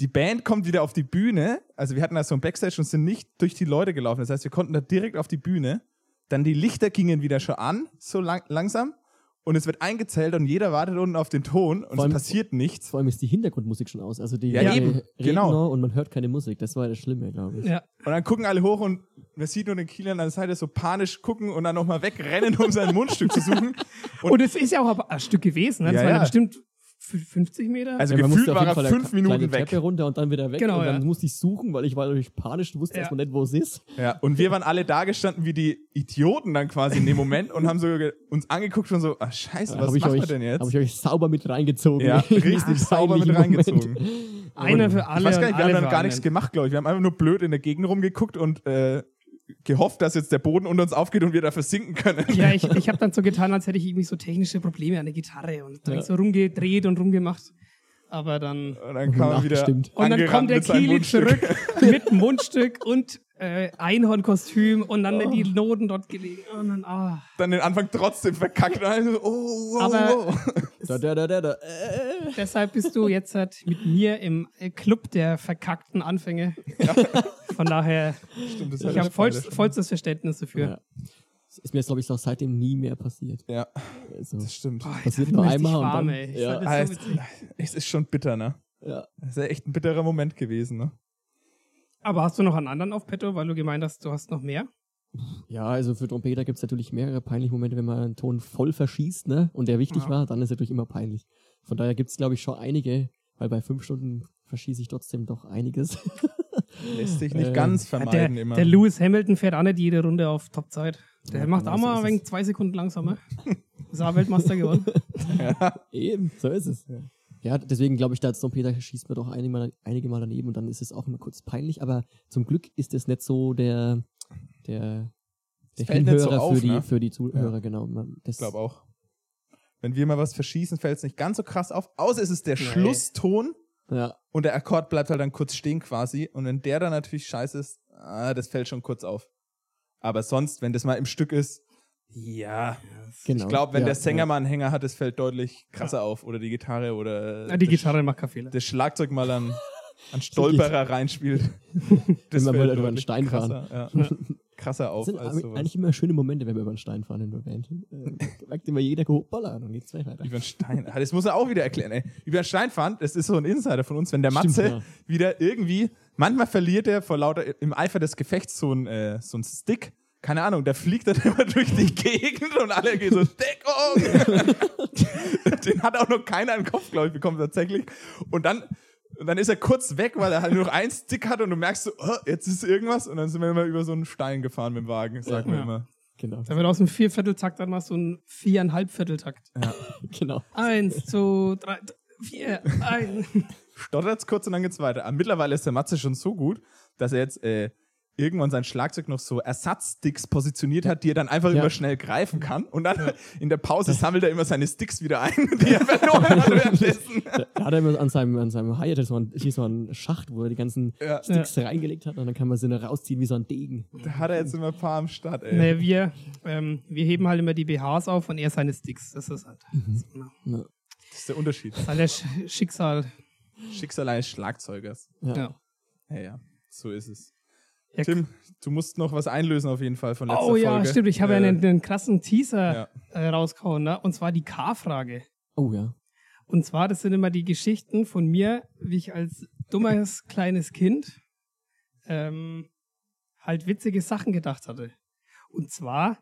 S1: Die Band kommt wieder auf die Bühne. Also wir hatten da so ein Backstage und sind nicht durch die Leute gelaufen. Das heißt, wir konnten da direkt auf die Bühne. Dann die Lichter gingen wieder schon an, so lang langsam. Und es wird eingezählt und jeder wartet unten auf den Ton und
S3: Vor
S1: es
S3: allem-
S1: passiert nichts.
S3: Vor allem ist die Hintergrundmusik schon aus. Also die
S1: Ja,
S3: die
S1: eben,
S3: Redner
S1: genau.
S3: und man hört keine Musik. Das war das Schlimme, glaube ich.
S2: Ja.
S1: Und dann gucken alle hoch und man sieht nur den Kieler an der Seite so panisch gucken und dann nochmal wegrennen, um sein Mundstück zu suchen. Und,
S2: Und es ist ja auch ein Stück gewesen. Ne? Das
S1: Ja,
S2: waren
S1: ja.
S2: bestimmt f- 50 Meter.
S1: also
S3: man
S1: gefühlt
S3: musste auf
S1: war
S3: jeden
S1: er
S3: Fall eine
S1: fünf
S3: kleine
S1: Minuten weg.
S3: Treppe runter und dann wieder weg.
S2: Genau,
S3: und dann
S2: ja.
S3: musste ich suchen, weil ich war natürlich panisch, wusste
S2: Ja.
S3: erstmal nicht, wo es ist.
S1: Ja, und wir waren alle da gestanden wie die Idioten dann quasi in dem Moment und haben so ge- uns angeguckt und so, ah scheiße, was
S3: Hab ich
S1: machen
S3: euch,
S1: wir denn
S3: Habe
S1: jetzt?
S3: ich euch sauber mit reingezogen.
S1: Ja,
S3: In den
S1: richtig sauber mit
S3: peinlichen Moment.
S1: reingezogen.
S2: einer für alle.
S1: ich weiß gar
S2: und
S1: nicht, wir haben
S2: alle
S1: dann
S2: für
S1: gar nichts
S2: einen.
S1: gemacht, glaube ich. Wir haben einfach nur blöd in der Gegend rumgeguckt und äh, gehofft, dass jetzt der Boden unter uns aufgeht und wir da versinken können.
S2: Ja, ich, ich habe dann so getan, als hätte ich irgendwie so technische Probleme an der Gitarre und dann
S3: Ja.
S2: so rumgedreht und rumgemacht. Aber dann.
S1: Und dann kam er wieder
S3: Nachgestimmt.
S2: Und dann
S1: angerannt
S2: kommt der
S1: mit seinem
S2: Kili
S1: Mundstück.
S2: zurück mit Mundstück und äh, Einhornkostüm und dann die
S1: Oh.
S2: Noten dort gelegen. Und dann, ah.
S1: Dann den Anfang trotzdem verkackt. Und dann so, oh, wow,
S2: Aber-
S1: wow.
S3: Da, da, da, da, da. Äh.
S2: Deshalb bist du jetzt halt mit mir im äh, Club der verkackten Anfänge. Von daher,
S1: Stimmt, das
S2: ich
S1: hat
S2: habe
S1: er
S2: voll,
S1: schon.
S2: vollstes Verständnis dafür.
S3: Ja. Das Ist mir jetzt, glaube ich, auch seitdem nie mehr passiert.
S1: Ja,
S3: Also,
S1: das stimmt.
S3: passiert
S2: wird
S3: nur
S2: mir richtig
S3: einmal. und
S2: warm,
S3: dann,
S2: ey. Ich
S3: ja,
S2: fand
S1: Ah,
S2: so
S1: es, es ist schon bitter, ne?
S3: ja.
S1: Das ist ja echt ein bitterer Moment gewesen, ne?
S2: Aber hast du noch einen anderen auf Petto, weil du gemeint hast, du hast noch mehr?
S3: ja, also für Trompeter gibt es natürlich mehrere peinliche Momente, wenn man einen Ton voll verschießt ne? und der wichtig
S2: Ja.
S3: war, dann ist er natürlich immer peinlich. Von daher gibt es, glaube ich, schon einige, weil bei fünf Stunden verschieße ich trotzdem doch einiges.
S1: Lässt sich nicht
S3: Äh,
S1: ganz
S2: der,
S1: vermeiden immer.
S2: der Lewis Hamilton fährt auch nicht jede Runde auf Topzeit. Der
S3: Ja,
S2: macht
S3: genau
S2: auch
S3: so
S2: mal
S3: ist
S2: wegen zwei Sekunden langsamer. Ist auch Weltmeister geworden.
S3: Eben, so ist es. Ja, deswegen glaube ich, da als Trompeter schießt man doch einige mal, einige mal daneben und dann ist es auch immer kurz peinlich, aber zum Glück ist es nicht so der, der, der
S1: fällt nicht so
S3: Hinhörer
S1: auf,
S3: für, die,
S1: ne?
S3: für die Zuhörer, genau. Man, das,
S1: Ich glaube auch. Wenn wir mal was verschießen, fällt es nicht ganz so krass auf. Außer es ist der
S2: Nee.
S1: Schlusston
S3: Ja,
S1: und der Akkord bleibt halt dann kurz stehen quasi. Und wenn der dann natürlich scheiße ist, ah, das fällt schon kurz auf. Aber sonst, wenn das mal im Stück ist, ja.
S3: genau.
S1: Ich glaube, wenn
S3: ja,
S1: der Sänger
S3: ja.
S1: mal einen Hänger hat, das fällt deutlich krasser auf. Oder die Gitarre oder
S2: Ja, Ah, die
S1: das-
S2: Gitarre macht keinen Fehler.
S1: das Schlagzeug mal an, an Stolperer reinspielt. Das
S3: Wenn man mal
S1: fällt
S3: über einen
S1: deutlich
S3: Stein
S1: krasser, ja, krasser
S3: Das
S1: auf
S3: sind
S1: als
S3: eigentlich
S1: sowas.
S3: eigentlich immer schöne Momente, wenn wir über den Stein fahren in der Band. Äh, Merkt immer jeder, hoppala, und geht's gleich weiter.
S1: Über den Stein. Ah, Das muss er auch wieder erklären. Ey. Über den Stein fahren, das ist so ein Insider von uns, wenn der Matze
S3: Stimmt, ja.
S1: wieder irgendwie, manchmal verliert er vor lauter, im Eifer des Gefechts so ein, äh, so ein Stick. Keine Ahnung, der fliegt dann immer durch die Gegend und alle gehen so, Deckung! Den hat auch noch keiner im Kopf, glaube ich, bekommen tatsächlich. Und dann, und dann ist er kurz weg, weil er halt nur noch einen Stick hat und du merkst so, oh, jetzt ist irgendwas. Und dann sind wir immer über so einen Stein gefahren mit dem Wagen, sagen wir
S2: Ja.
S1: immer.
S3: Genau,
S2: Da wird aus dem Viervierteltakt dann mal so ein Viereinhalbvierteltakt.
S3: genau.
S2: Eins, zwei, drei, d- vier, ein.
S1: stottert's kurz und dann geht's weiter. Aber mittlerweile ist der Matze schon so gut, dass er jetzt äh, irgendwann sein Schlagzeug noch so Ersatzsticks positioniert hat, die er dann einfach
S3: Ja.
S1: immer schnell greifen kann. Und dann in der Pause sammelt er immer seine Sticks wieder ein, die er verloren hat währenddessen.
S3: Da, da hat er immer an seinem, an seinem Hi-Hat so einen- hier so einen Schacht, wo er die ganzen
S1: Ja.
S3: Sticks reingelegt hat und dann kann man sie nur rausziehen wie so ein Degen.
S1: Da hat er jetzt immer ein paar am Start, ey.
S2: Nee, wir, ähm, wir heben halt immer die BHs auf und er seine Sticks. Das ist halt,
S1: Mhm.
S3: Ja.
S1: Das ist der Unterschied.
S2: das ist halt der Sch Schicksal.
S1: Schicksal eines Schlagzeugers.
S3: Ja.
S2: Ja.
S1: Ja, ja. So ist es.
S2: Ja,
S1: Tim, du musst noch was einlösen auf jeden Fall von letzter
S2: Oh ja,
S1: Folge.
S2: stimmt. Ich habe
S1: Äh,
S2: ja einen, einen krassen Teaser äh, rausgehauen, ne? und zwar die K-Frage.
S3: Oh ja.
S2: Und zwar, das sind immer die Geschichten von mir, wie ich als dummes kleines Kind ähm, halt witzige Sachen gedacht hatte. Und zwar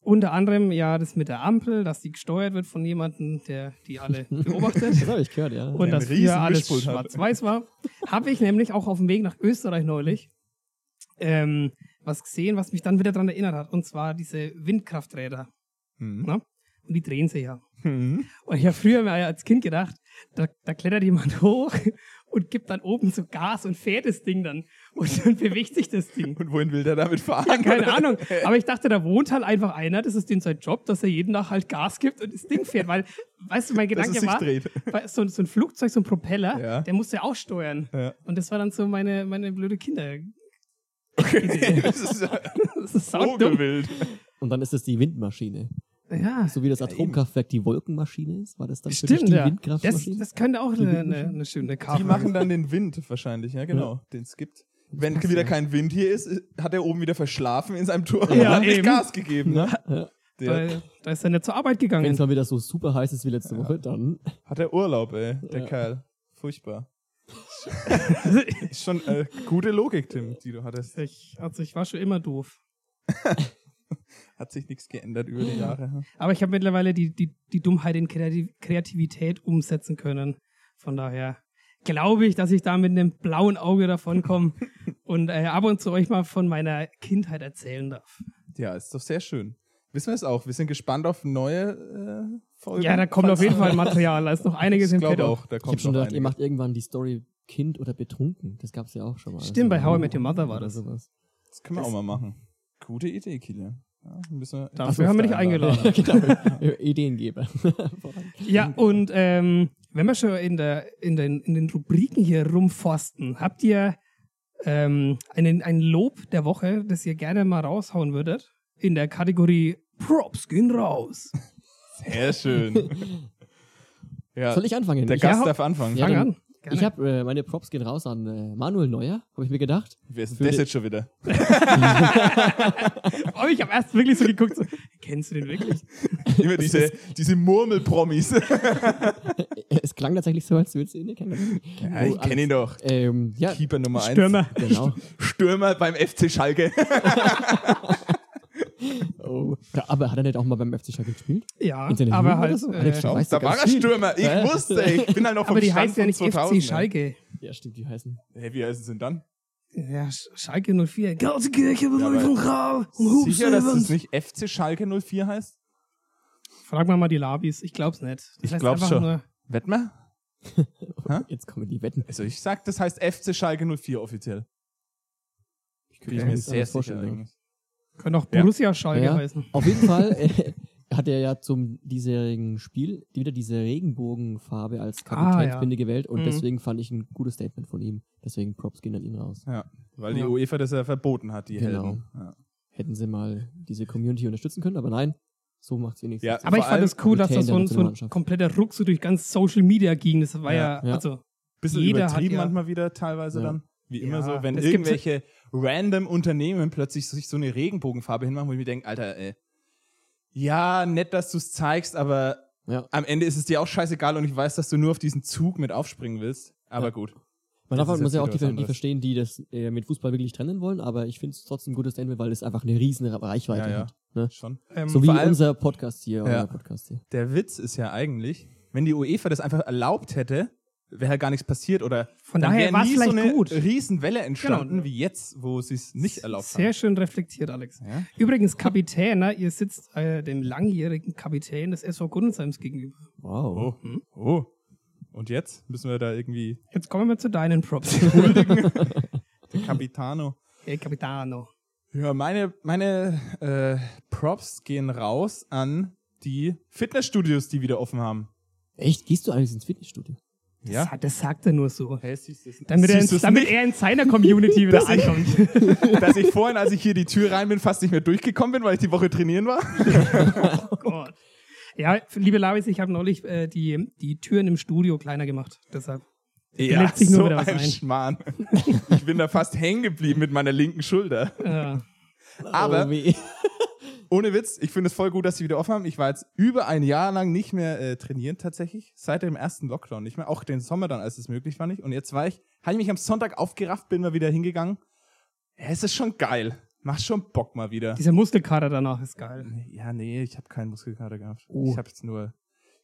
S2: unter anderem ja das mit der Ampel, dass die gesteuert wird von jemandem, der die alle beobachtet.
S3: Das habe ich gehört, ja.
S2: Und
S1: Einen
S2: dass
S1: riesen
S2: früher alles
S1: Mischpult hat.
S2: schwarz-weiß war, habe ich nämlich auch auf dem Weg nach Österreich neulich ähm, was gesehen, was mich dann wieder daran erinnert hat. Und zwar diese Windkrafträder.
S1: Mhm.
S2: Ne? Und die drehen sich ja.
S1: Mhm.
S2: Und ich habe früher mal als Kind gedacht, da, da klettert jemand hoch und gibt dann oben so Gas und fährt das Ding dann. Und dann bewegt sich das Ding.
S1: Und wohin will der damit fahren?
S2: Keine Ahnung. Aber ich dachte, da wohnt halt einfach einer, das ist dem sein Job, dass er jeden Tag halt Gas gibt und das Ding fährt. Weil, weißt du, mein
S1: Dass es
S2: Gedanke
S1: sich
S2: war,
S1: dreht.
S2: weil so, so ein Flugzeug, so ein Propeller,
S1: Ja.
S2: der musste ja auch steuern.
S1: Ja.
S2: Und das war dann so meine, meine blöde Kinder.
S1: das ist ja
S2: Das ist
S1: so
S2: saudumm.
S1: wild.
S3: Und dann ist es die Windmaschine.
S2: Ja,
S3: So wie das Atomkraftwerk die Wolkenmaschine ist, war das dann für dich
S2: stimmt.
S3: die
S2: Ja. Das,
S3: Windkraftmaschine?
S2: das könnte auch eine, eine,
S3: Windmaschine?
S2: eine schöne
S1: Die
S2: Karte
S1: machen dann den Wind wahrscheinlich, ja genau, den es gibt. Wenn wieder kein Wind hier ist, hat er oben wieder verschlafen in seinem Turm
S2: Ja,
S1: und hat nicht
S2: eben.
S1: Gas gegeben. ne?
S3: Na, ja.
S1: Der,
S2: Weil da ist er nicht zur Arbeit
S3: Wenn
S2: gegangen.
S3: es mal wieder so super heiß ist wie letzte Woche, dann
S1: hat er Urlaub, ey, der Kerl. Furchtbar. ist schon äh, gute Logik, Tim, die du hattest.
S2: Ich, also ich war schon immer doof.
S1: Hat sich nichts geändert über die Jahre. hm?
S2: Aber ich habe mittlerweile die, die, die Dummheit in Kreativ Kreativität umsetzen können. Von daher glaube ich, dass ich da mit einem blauen Auge davonkomme und äh, ab und zu euch mal von meiner Kindheit erzählen darf.
S1: Ja, ist doch sehr schön. Wissen wir es auch. Wir sind gespannt auf neue äh, Folgen.
S2: Ja, da kommt auf jeden Fall
S1: mal
S2: Material. Da ist noch einiges
S1: Ich
S2: im
S1: glaube
S2: Petto.
S1: auch, da
S3: ich hab
S1: kommt
S3: schon
S1: noch
S3: gedacht, ihr
S1: einiges.
S3: macht irgendwann die Story Kind oder betrunken. Das gab's ja auch schon mal. Also
S2: Stimmt, bei How I Met Your Mother war
S3: Oder
S2: das.
S3: sowas.
S1: Das können wir auch mal machen. Gute Idee, Kilian. Ja, müssen wir
S2: Dafür haben wir dich eingeladen.
S3: Genau, Ja, Ideengeber.
S2: Ja, und ähm, wenn wir schon in, der, in, den, in den Rubriken hier rumforsten, habt ihr ähm, einen, ein Lob der Woche, das ihr gerne mal raushauen würdet? In der Kategorie Props gehen raus.
S1: Sehr schön. ja,
S3: Soll ich anfangen?
S1: der
S3: ich
S1: Gast
S2: Ja,
S1: darf anfangen.
S3: Ja,
S2: Fang
S3: dann-
S2: an. Gerne.
S3: ich habe äh, meine Props gehen raus an äh, Manuel Neuer, habe ich mir gedacht.
S1: Wer ist
S3: Für
S1: denn das
S3: die-
S1: jetzt schon wieder?
S2: Oh, ich habe erst wirklich so geguckt, so, kennst du den wirklich?
S1: Immer diese, diese Murmelpromis. ja,
S3: Äh, Es klang tatsächlich so, als würdest du ihn nicht kennen. Wo
S1: ich kenne ihn doch.
S3: alles- Ähm, ja,
S1: Keeper Nummer 1.
S2: Stürmer.
S3: genau.
S1: Stürmer beim FC Schalke.
S3: Oh. Ja, aber hat er nicht auch mal beim FC Schalke gespielt?
S2: Ja,
S3: In seiner
S2: aber
S3: Jugend oder
S2: halt.
S3: so?
S2: Äh,
S3: Schau. Weißt du
S1: da war
S3: ganz
S1: er
S3: viel.
S1: Stürmer. Ich
S3: Ja.
S1: wusste. Ich bin halt noch vom
S2: aber die
S1: Stand
S2: heißt
S1: von
S2: ja
S1: ne?
S2: nicht
S1: 2000,
S2: FC Schalke.
S3: Ja, stimmt, die heißen.
S1: Ja. Hey, wie heißen sie denn dann?
S2: Ja, Sch- Schalke 04. Gelsenkirchen,
S1: Ja,
S2: Beläuferung, Rahl und Hub
S1: Sicher, dass
S2: Stevens.
S1: es nicht FC Schalke 04 heißt?
S2: Frag mal mal die Labis. Ich glaub's nicht. Das
S1: Ich
S2: heißt
S1: glaub's
S2: einfach
S1: schon.
S2: nur-
S1: Wett mal?
S3: Jetzt kommen die Wetten.
S1: Also ich sag, das heißt FC Schalke 04 offiziell.
S3: Ich
S1: Bin ich mir sehr sicher. eigentlich.
S2: Könnte auch
S1: Ja. Also
S2: Borussia Schalke
S3: Ja,
S2: heißen.
S3: auf jeden Fall äh, hat er ja zum diesjährigen Spiel wieder diese Regenbogenfarbe als Kapitänsbinde gewählt und
S2: Ah, Mhm.
S3: deswegen fand ich ein gutes Statement von ihm. Deswegen Props gehen an ihn raus.
S1: Weil die
S2: Ja.
S1: UEFA das ja verboten hat, die
S3: Genau.
S1: Helden. Ja.
S3: Hätten sie mal diese Community unterstützen können, aber nein, so macht's wenigstens.
S1: Ja.
S3: Sinn.
S2: Aber ich
S1: Vor
S2: fand es
S1: allem
S2: das cool, dass
S3: Retainer
S2: das so ein,
S3: mit
S2: so ein
S3: Mannschaft.
S2: kompletter Ruck so durch ganz Social Media ging. Das war ja,
S1: Ja,
S3: ja.
S2: also,
S1: Bisschen
S2: Jeder hat
S1: übertrieben
S2: ja-
S1: manchmal wieder teilweise
S3: Ja.
S1: dann. Wie immer
S2: Ja,
S1: so, wenn
S2: es gibt so-
S1: irgendwelche random Unternehmen plötzlich sich so eine Regenbogenfarbe hinmachen, wo ich mir denke, Alter, ey, ja, nett, dass du es zeigst, aber
S3: Ja.
S1: am Ende ist es dir auch scheißegal und ich weiß, dass du nur auf diesen Zug mit aufspringen willst. Aber
S3: Ja.
S1: gut.
S3: Man
S1: Das
S3: darf, halt
S1: ist
S3: muss
S1: jetzt
S3: ja auch
S1: wieder
S3: die,
S1: was
S3: die
S1: anderes.
S3: verstehen, die das äh, mit Fußball wirklich trennen wollen, aber ich finde es trotzdem ein gutes Statement, weil es einfach eine riesen Ra-
S1: Ja,
S3: Reichweite
S1: ja.
S3: hat. Ne?
S1: Schon.
S2: ähm,
S3: So wie
S1: vor allem-
S3: unser Podcast hier,
S1: Ja.
S3: euer Podcast hier.
S1: Der Witz ist ja eigentlich, wenn die UEFA das einfach erlaubt hätte, wäre halt gar nichts passiert oder
S2: Von
S1: dann
S2: daher
S1: wäre
S2: war's
S1: nie so
S2: vielleicht
S1: eine
S2: gut.
S1: Riesenwelle entstanden
S2: Genau.
S1: wie jetzt, wo sie es nicht erlaubt
S2: sehr
S1: haben.
S2: schön reflektiert, Alex.
S1: Ja?
S2: Übrigens, Kapitän, ne? ihr sitzt äh, dem langjährigen Kapitän des SV Gundesheims gegenüber.
S3: Wow.
S1: Oh. Oh. Und jetzt müssen wir da irgendwie
S2: Jetzt kommen wir zu deinen Props.
S1: Capitano.
S2: hey, Capitano.
S1: Ja, meine, meine äh, Props gehen raus an die Fitnessstudios, die wieder offen haben.
S3: Echt? Gehst du eigentlich ins Fitnessstudio?
S2: Das, ja. das sagt er nur so.
S1: Hey, siehst du's-
S2: Damit, er,
S1: siehst du's
S2: damit er in seiner Community wieder
S1: Dass ich-
S2: ankommt.
S1: nicht, dass ich vorhin, als ich hier die Tür rein bin, fast nicht mehr durchgekommen bin, weil ich die Woche trainieren war.
S2: Oh Gott. Ja, liebe Labis, ich habe neulich äh, die, die Türen im Studio kleiner gemacht. Deshalb. lädt sich nur
S1: so
S2: wieder was
S1: ein
S2: ein.
S1: Schmarrn. Ich bin da fast hängen geblieben mit meiner linken Schulter.
S2: Äh,
S1: Aber
S3: Oh, weh.
S1: Ohne Witz, ich finde es voll gut, dass sie wieder offen haben. Ich war jetzt über ein Jahr lang nicht mehr äh, trainieren tatsächlich, seit dem ersten Lockdown nicht mehr, auch den Sommer dann, als es möglich war nicht. Und jetzt war ich, habe ich mich am Sonntag aufgerafft, bin mal wieder hingegangen. Ja, es ist schon geil, macht schon Bock mal wieder.
S2: dieser Muskelkater danach ist geil.
S1: Ja, nee, ich habe keinen Muskelkater gehabt.
S3: Oh.
S1: Ich habe jetzt nur,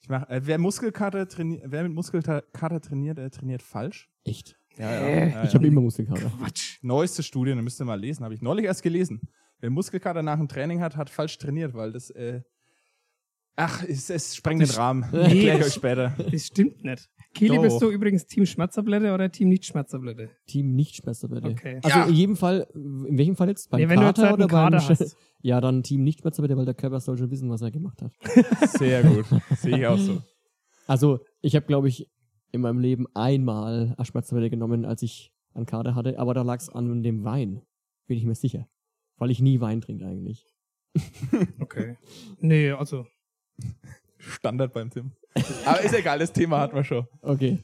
S1: ich mach, äh, wer Muskelkater trainiert, wer mit Muskelkater trainiert, äh, trainiert falsch.
S3: Echt?
S1: Ja, ja,
S2: Äh,
S1: ja,
S3: Ich
S1: ja.
S3: habe immer Muskelkater.
S2: Quatsch.
S1: Neueste Studien, da müsst ihr mal lesen, habe ich neulich erst gelesen. Wer Muskelkater nach dem Training hat, hat falsch trainiert, weil das, äh, ach, es, es sprengt den Rahmen. Erkläre ich euch später.
S2: Das stimmt nicht. Kili,
S1: Doch.
S2: bist du übrigens Team Schmerztablette oder Team Nicht-Schmerztablette?
S3: Team nicht Schmerztablette.
S2: Okay.
S3: Also
S1: Ja.
S3: in jedem Fall, in welchem Fall jetzt? Beim
S2: Nee, wenn du jetzt halt
S3: oder
S2: einen Kader
S3: beim Sch-
S2: hast.
S3: Ja, dann Team nicht Schmerztablette, weil der Körper soll schon wissen, was er gemacht hat.
S1: Sehr gut. Sehe ich auch so.
S3: Also ich habe, glaube ich, in meinem Leben einmal eine Schmerztablette genommen, als ich einen Kader hatte, aber da lag es an dem Wein. Bin ich mir sicher. Weil ich nie Wein trinke eigentlich.
S2: Okay. Nee, also.
S1: Standard beim Tim. Aber ist egal, das Thema hatten wir schon.
S3: Okay.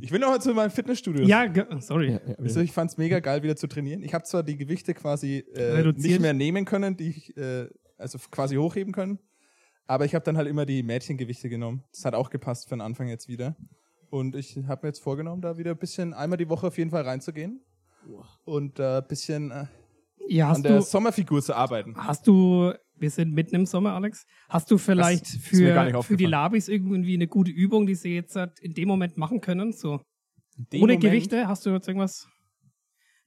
S1: Ich will noch mal zu meinem Fitnessstudio.
S2: Ja, ge- sorry.
S3: Ja, ja,
S1: Wisst
S2: Mhm.
S1: ihr, ich fand es mega geil, wieder zu trainieren. Ich habe zwar die Gewichte quasi äh,
S2: Reduziert.
S1: nicht mehr nehmen können, die ich äh, also quasi hochheben können, aber ich habe dann halt immer die Mädchengewichte genommen. Das hat auch gepasst für den Anfang jetzt wieder. Und ich habe mir jetzt vorgenommen, da wieder ein bisschen einmal die Woche auf jeden Fall reinzugehen und da ein bisschen äh,
S2: Ja,
S1: an
S2: hast
S1: der
S2: du,
S1: Sommerfigur zu arbeiten.
S2: hast du, wir sind mitten im Sommer, Alex. Hast du vielleicht
S1: mir gar
S2: für,
S1: nicht
S2: für die
S1: aufgefallen.
S2: Labis irgendwie eine gute Übung, die sie jetzt halt in dem Moment machen können? So. Ohne
S1: Moment-
S2: Gewichte hast du jetzt irgendwas?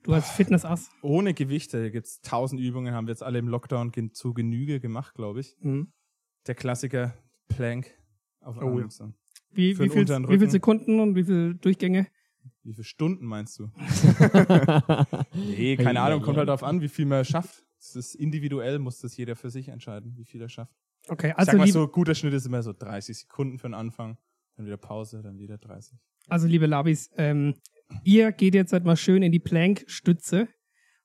S2: Du als Fitness-Ass.
S1: Ohne Gewichte gibt es tausend Übungen, haben wir jetzt alle im Lockdown gen zu Genüge gemacht, glaube ich.
S2: Mhm.
S1: Der Klassiker Plank auf
S2: Oh, ja.
S1: Armstern.
S2: Wie,
S1: Für
S2: wie,
S1: den
S2: viel,
S1: unteren
S2: wie viele
S1: Rücken.
S2: Sekunden und wie viele Durchgänge?
S1: Wie viele Stunden meinst du? nee, keine Ahnung, kommt halt darauf an, wie viel man schafft. Das ist individuell, muss das jeder für sich entscheiden, wie viel er schafft.
S2: Okay,
S1: Also
S2: also,
S1: Sag mal
S2: lieb,
S1: so, guter Schnitt ist immer so 30 Sekunden für den Anfang, dann wieder Pause, dann wieder 30.
S2: also liebe Labis, ähm, ihr geht jetzt halt mal schön in die Plank-Stütze.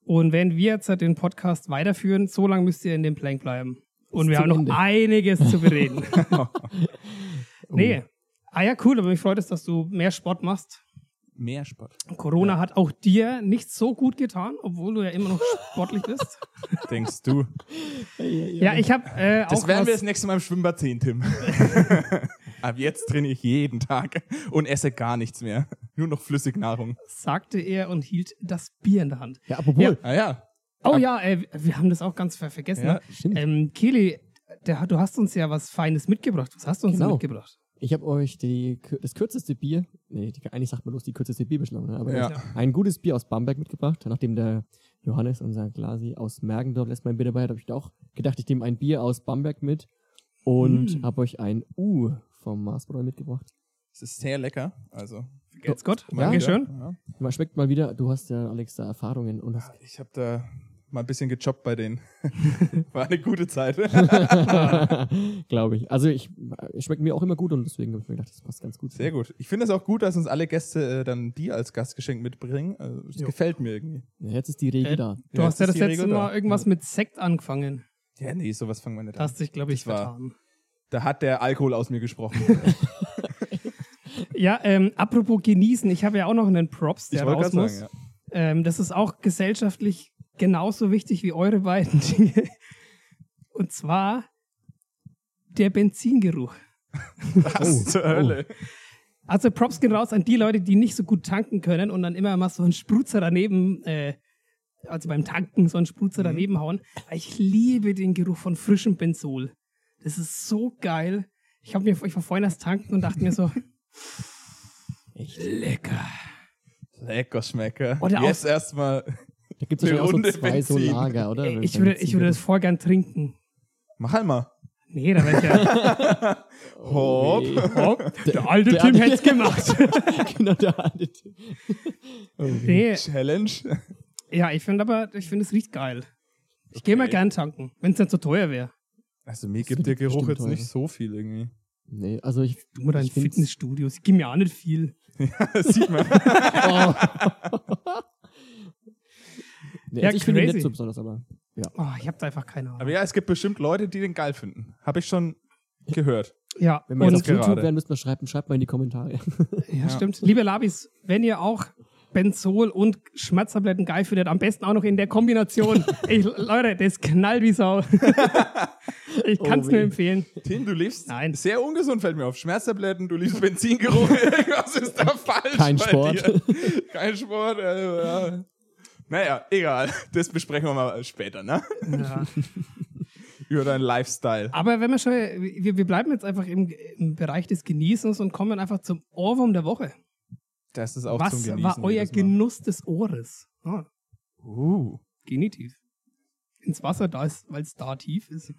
S2: Und wenn wir jetzt halt den Podcast weiterführen, so lange müsst ihr in dem Plank bleiben. Und
S3: Bis
S2: wir
S3: zum
S2: haben noch
S3: Ende.
S2: einiges zu bereden.
S1: Oh.
S2: Nee. Ah ja, cool, aber mich freut es, dass du mehr Sport machst.
S1: Mehr Sport.
S2: Corona hat auch dir nicht so gut getan, obwohl du ja immer noch sportlich bist.
S1: Denkst du?
S2: ja, ich habe äh,
S1: Das
S2: auch
S1: werden wir
S2: was,
S1: das nächste Mal im Schwimmbad sehen, Tim. Ab jetzt trainiere ich jeden Tag und esse gar nichts mehr. Nur noch Flüssignahrung.
S2: sagte er und hielt das Bier in der Hand.
S3: Ja, apropos.
S2: Ja.
S1: Ah ja.
S2: Oh
S1: Ab-
S2: ja, äh, wir haben das auch ganz ver vergessen.
S1: Ja,
S2: ne?
S3: stimmt.
S2: ähm, Kili, der, hat- du hast uns ja was Feines mitgebracht. Was hast du uns denn
S3: Genau.
S2: mitgebracht?
S3: Ich habe euch die, kür- das kürzeste Bier, nee, die, eigentlich sagt man bloß die kürzeste Bierbeschlagung, ne? aber
S1: Ja.
S3: ich hab ein gutes Bier aus Bamberg mitgebracht, nachdem der Johannes, unser Glasi aus Mergendorf, lässt mein Bier dabei hat, habe ich auch gedacht, ich nehme ein Bier aus Bamberg mit und hab habe euch ein U vom Marsbräu mitgebracht.
S1: Es ist sehr lecker. Also,
S2: Geht's Gott?
S1: mal
S2: Dankeschön.
S1: wieder. Ja.
S3: Man schmeckt mal wieder, du hast ja, Alex, da Erfahrungen und hast,
S1: Ich habe da mal ein bisschen gejobbt bei denen. War eine gute Zeit.
S3: glaube ich. Also ich, es schmeckt mir auch immer gut und deswegen habe ich mir gedacht, das passt ganz gut.
S1: Sehr gut. Ich finde es auch gut, dass uns alle Gäste äh, dann Bier als Gastgeschenk mitbringen. Also, das gefällt mir irgendwie.
S3: Ja, jetzt ist die Regel
S2: Äh,
S3: da.
S2: Du
S1: Ja, jetzt
S2: hast ja
S1: ist
S2: das
S1: die
S2: letzte
S1: Regel
S2: Mal
S1: da.
S2: irgendwas mit Sekt angefangen.
S1: Ja, nee, sowas fangen wir nicht
S2: Das
S1: an.
S2: hast dich, glaube ich,
S1: Das war-
S2: vertan.
S1: Da hat der Alkohol aus mir gesprochen.
S2: Ja, ähm, apropos genießen, ich habe ja auch noch einen Props, der
S1: wollte
S2: raus
S1: gerade
S2: muss. Ähm, das ist auch gesellschaftlich genauso wichtig wie eure beiden Dinge. Und zwar der Benzingeruch.
S1: ja. Was
S2: Oh,
S1: zur Hölle?
S2: Also Props gehen raus an die Leute, die nicht so gut tanken können und dann immer mal so einen Sprutzer daneben, äh, also beim Tanken so einen
S3: Mhm.
S2: Sprutzer daneben hauen. Ich liebe den Geruch von frischem Benzol. Das ist so geil. Ich habe mir, ich war vorhin das Tanken und dachte mir so,
S3: Echt.
S2: lecker.
S1: Lecker Schmecker.
S2: Oder
S1: Jetzt erstmal.
S3: Da gibt es
S1: Eine
S3: wahrscheinlich auch
S1: Runde
S3: so zwei so
S1: Benzin.
S3: Lager, oder?
S2: Ey, Ich würde, ich würde das voll gern trinken.
S1: Mach halt mal.
S2: Nee, da wäre ich ja. Oh,
S1: Hopp.
S2: der alte
S3: der
S2: Tim
S3: alte-
S2: hätte gemacht.
S3: genau, der alte Typ.
S2: nee,
S1: Challenge.
S2: ja, ich finde aber, ich finde, es riecht geil. Ich gehe mal
S1: Okay.
S2: gern tanken, wenn es nicht so teuer wäre.
S1: Also mir
S3: wird
S1: gibt der Geruch
S3: bestimmt
S1: jetzt
S3: teurer.
S1: nicht so viel irgendwie.
S3: Nee, also ich.
S2: Du mit deinen
S3: ich find's-
S2: Fitnessstudios, ich gebe mir auch nicht viel.
S1: Das sieht man.
S3: Oh. nee,
S2: Ja,
S3: also ich finde ihn
S2: crazy.
S3: nicht so besonders, aber.
S2: Oh, ich habe da einfach keine Ahnung.
S1: Aber ja, es gibt bestimmt Leute, die den geil finden. Habe ich schon gehört.
S2: Ja,
S3: Wenn wir jetzt
S2: und,
S3: auf YouTube
S1: gerade.
S3: werden, müsst ihr schreiben, schreibt mal in die Kommentare.
S2: ja, stimmt. Liebe Labis, wenn ihr auch Benzol und Schmerztabletten geil findet, am besten auch noch in der Kombination. ich, Leute, das knallt wie Sau. ich kann es nur
S3: Oh, weh.
S2: empfehlen.
S1: Tim, du lebst
S2: Nein.
S1: sehr ungesund, fällt mir auf. Schmerztabletten, du liebst Benzingeruch. Was ist da falsch?
S3: Kein
S1: bei
S3: Sport.
S1: Dir? Kein Sport. Also, ja. Naja, egal. Das besprechen wir mal später, ne?
S2: Ja.
S1: Über deinen Lifestyle.
S2: Aber wenn wir schon, wir, wir bleiben jetzt einfach im, im Bereich des Genießens und kommen einfach zum Ohrwurm der Woche.
S1: Das ist auch zum
S2: Was
S1: Genießen.
S2: war euer
S1: jedes Mal.
S2: Genuss des Ohres? Ah,
S1: Uh.
S2: Genitiv. Ins Wasser, da ist, weil es da tief ist.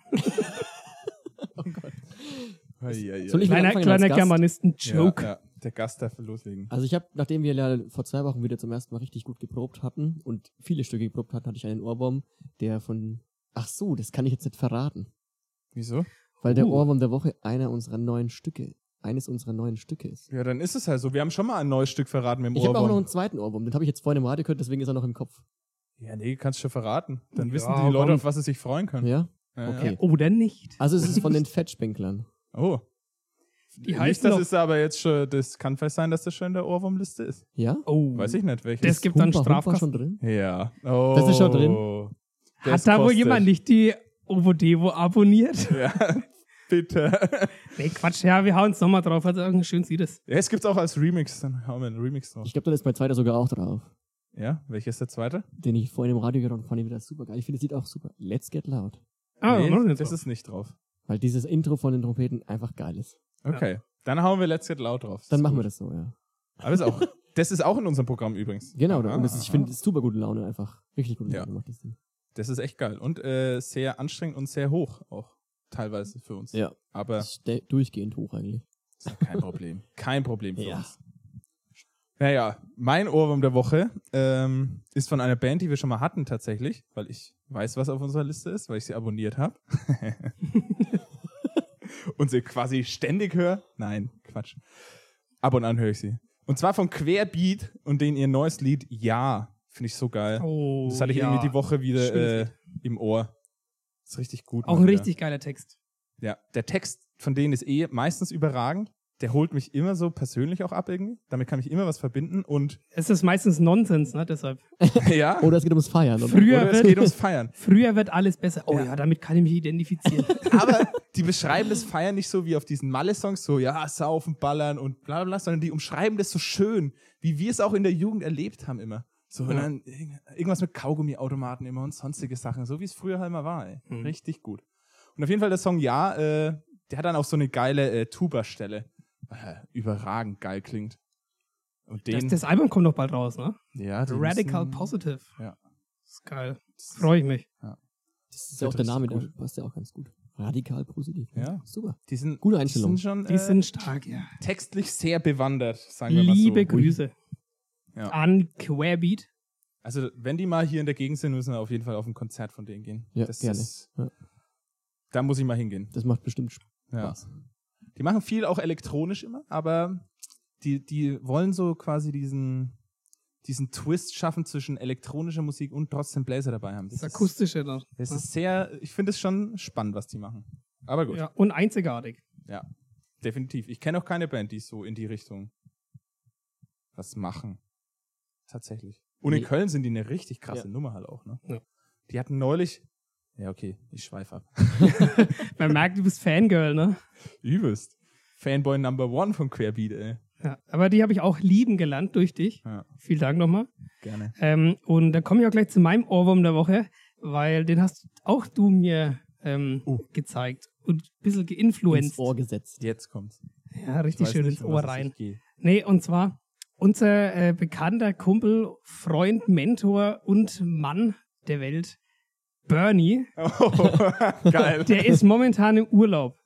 S1: Eieiei.
S3: Soll ich wieder
S2: Kleiner,
S3: anfangen als
S2: kleiner
S3: Gast?
S2: Germanisten-Joke.
S1: Ja, ja. Der Gast darf loslegen.
S3: Also ich habe, nachdem wir ja vor zwei Wochen wieder zum ersten Mal richtig gut geprobt hatten und viele Stücke geprobt hatten, hatte ich einen Ohrwurm, der von. Ach so, das kann ich jetzt nicht verraten.
S1: Wieso?
S3: Weil der
S2: Oh.
S3: Ohrwurm der Woche einer unserer neuen Stücke, eines unserer neuen Stücke ist.
S1: Ja, dann ist es halt so. Wir haben schon mal ein neues Stück verraten mit dem
S3: Ich habe auch noch
S1: Ohrwurm.
S3: einen zweiten Ohrwurm, den habe ich jetzt vorhin im Radio gehört, deswegen ist er noch im Kopf.
S1: Ja, nee, kannst schon verraten. Dann
S2: Ja,
S1: wissen die Leute,
S2: warum?
S1: auf was sie
S2: Hm.
S1: sich freuen können.
S3: Ja? Ah,
S1: Ja,
S3: Okay.
S2: Oder Oh, nicht.
S3: Also es ist von den Fettspinklern.
S1: Ja. Oh.
S2: Die
S1: Nicht,
S2: heißen
S1: das
S2: doch-
S1: ist aber jetzt schon, das kann fast sein, dass das schon in der Ohrwurmliste ist.
S3: Ja?
S2: Oh,
S1: Weiß ich nicht, welches.
S2: Das gibt dann
S3: Humpa, Humpa
S2: Strafkosten.
S3: schon drin?
S1: ja. Oh,
S3: Das ist schon
S1: das
S2: Hat da wohl
S1: kostet.
S2: jemand nicht die Ovodevo abonniert?
S1: Ja, bitte.
S2: nee, Quatsch, ja, wir hauen es nochmal drauf. Also irgendein schönes Lied ist.
S1: Ja, es gibt's auch als Remix, dann haben wir einen Remix drauf.
S3: Ich glaube, da ist bei zweiter sogar auch drauf.
S1: Ja, welcher ist der zweite?
S3: Den ich vorhin im Radio gehört habe, fand ich wieder super geil. Ich finde das Lied auch super. Let's Get Loud.
S2: Ah,
S1: Nee,
S2: machen wir jetzt
S1: das
S2: mal.
S1: ist nicht drauf.
S3: Weil dieses Intro von den Trompeten einfach geil ist.
S1: Okay. Dann hauen wir Let's Get Loud drauf.
S3: Dann machen wir das so, ja.
S1: das. Aber ist auch, das ist auch in unserem Programm übrigens. Ah,
S3: Genau,
S1: Aha,
S3: und das ist, ich
S1: aha.
S3: finde, es ist super gute Laune einfach. Richtig gute
S1: Ja.
S3: Laune macht das Ding.
S1: Das ist echt geil. Und äh, sehr anstrengend und sehr hoch auch. Teilweise für uns.
S3: Ja.
S1: Aber
S3: Das ist de- durchgehend hoch eigentlich.
S1: ist ja kein Problem. Kein Problem für
S3: Ja.
S1: uns. Naja, mein Ohrwurm der Woche ähm, ist von einer Band, die wir schon mal hatten tatsächlich, weil ich weiß, was auf unserer Liste ist, weil ich sie abonniert habe. Und sie quasi ständig höre. Nein, Quatsch. Ab und an höre ich sie. Und zwar von Querbeat und denen ihr neues Lied Ja. Finde ich so geil.
S2: Oh,
S1: das hatte ich
S2: ja.
S1: irgendwie die Woche wieder äh,
S2: Schönes
S1: im Ohr. Ist richtig gut.
S2: Auch
S1: mal
S2: ein
S1: wieder.
S2: richtig geiler Text.
S1: Ja, der Text von denen ist eh meistens überragend. Der holt mich immer so persönlich auch ab irgendwie. Damit kann ich immer was verbinden und
S2: Es ist meistens Nonsens, ne? Deshalb.
S1: ja.
S3: Oder es Oh, geht ums Feiern. Oder?
S2: Früher
S1: Oder es
S2: wird,
S1: geht ums Feiern.
S2: früher wird alles besser. Oh
S1: Ja.
S2: ja. damit kann ich mich identifizieren.
S1: Aber die beschreiben das Feiern nicht so wie auf diesen Malle-Songs, so ja, saufen, ballern und bla bla bla, sondern die umschreiben das so schön, wie wir es auch in der Jugend erlebt haben immer. So, und
S2: Ja.
S1: dann irg- irgendwas mit Kaugummiautomaten immer und sonstige Sachen, so wie es früher halt immer war. Ey.
S2: Mhm.
S1: Richtig gut. Und auf jeden Fall der Song Ja, äh, der hat dann auch so eine geile äh, Tuba-Stelle. Äh, überragend geil klingt. Und
S2: das,
S1: den,
S2: das Album kommt noch bald raus, ne?
S1: ja, die
S2: Radical
S1: müssen-
S2: Positive.
S1: Ja.
S2: Ist geil.
S1: das-
S2: Freue ich mich.
S3: Das ist ja auch
S1: Wird
S3: der Name,
S1: richtig
S3: der passt ja auch ganz gut. Radikal positiv.
S1: Ja.
S3: Super.
S1: Die sind,
S3: Gute
S1: die
S3: Einstellung.
S1: sind schon
S2: Die
S1: äh,
S2: sind stark, ja.
S1: textlich sehr bewandert, sagen wir mal so.
S2: Liebe Grüße
S1: Ja.
S2: an Querbeat.
S1: Also, wenn die mal hier in der Gegend sind, müssen wir auf jeden Fall auf ein Konzert von denen gehen.
S3: Ja,
S1: das
S3: gerne.
S1: Ist,
S3: Ja.
S1: Da muss ich mal hingehen.
S3: Das macht bestimmt
S1: Ja.
S3: Spaß.
S1: Die machen viel auch elektronisch immer, aber die, die wollen so quasi diesen, diesen Twist schaffen zwischen elektronischer Musik und trotzdem Bläser dabei haben.
S2: Das
S1: ist,
S2: Akustische dann.
S1: das ist sehr, ich finde es schon spannend, was die machen. Aber gut,
S2: Ja, und einzigartig.
S1: definitiv. Ich kenne auch keine Band, die so in die Richtung was machen. Tatsächlich. Und in
S3: Nee.
S1: Köln sind die eine richtig krasse
S3: Ja.
S1: Nummer halt auch, ne?
S2: Ja.
S1: Die hatten neulich, ja, okay, ich schweife ab.
S2: Man merkt, du bist Fangirl, ne?
S1: Übelst. Fanboy Number One von Querbeat, ey.
S2: Ja, aber die habe ich auch lieben gelernt durch dich.
S1: Ja,
S2: Vielen Dank nochmal.
S1: gerne.
S2: Ähm, und dann komme ich auch gleich zu meinem Ohrwurm der Woche, weil den hast auch du mir ähm,
S1: Oh.
S2: gezeigt und ein bisschen
S3: Ins
S2: geinfluenced.
S3: Ohr gesetzt.
S1: Jetzt kommt's.
S2: Ja,
S1: Ich
S2: richtig
S1: weiß
S2: schön
S1: nicht,
S2: ins
S1: um
S2: Ohr
S1: was es
S2: rein.
S1: sich geht.
S2: Nee, und zwar unser äh, bekannter Kumpel, Freund, Mentor und Mann der Welt, Bernie,
S1: Oh, geil.
S2: der ist momentan im Urlaub.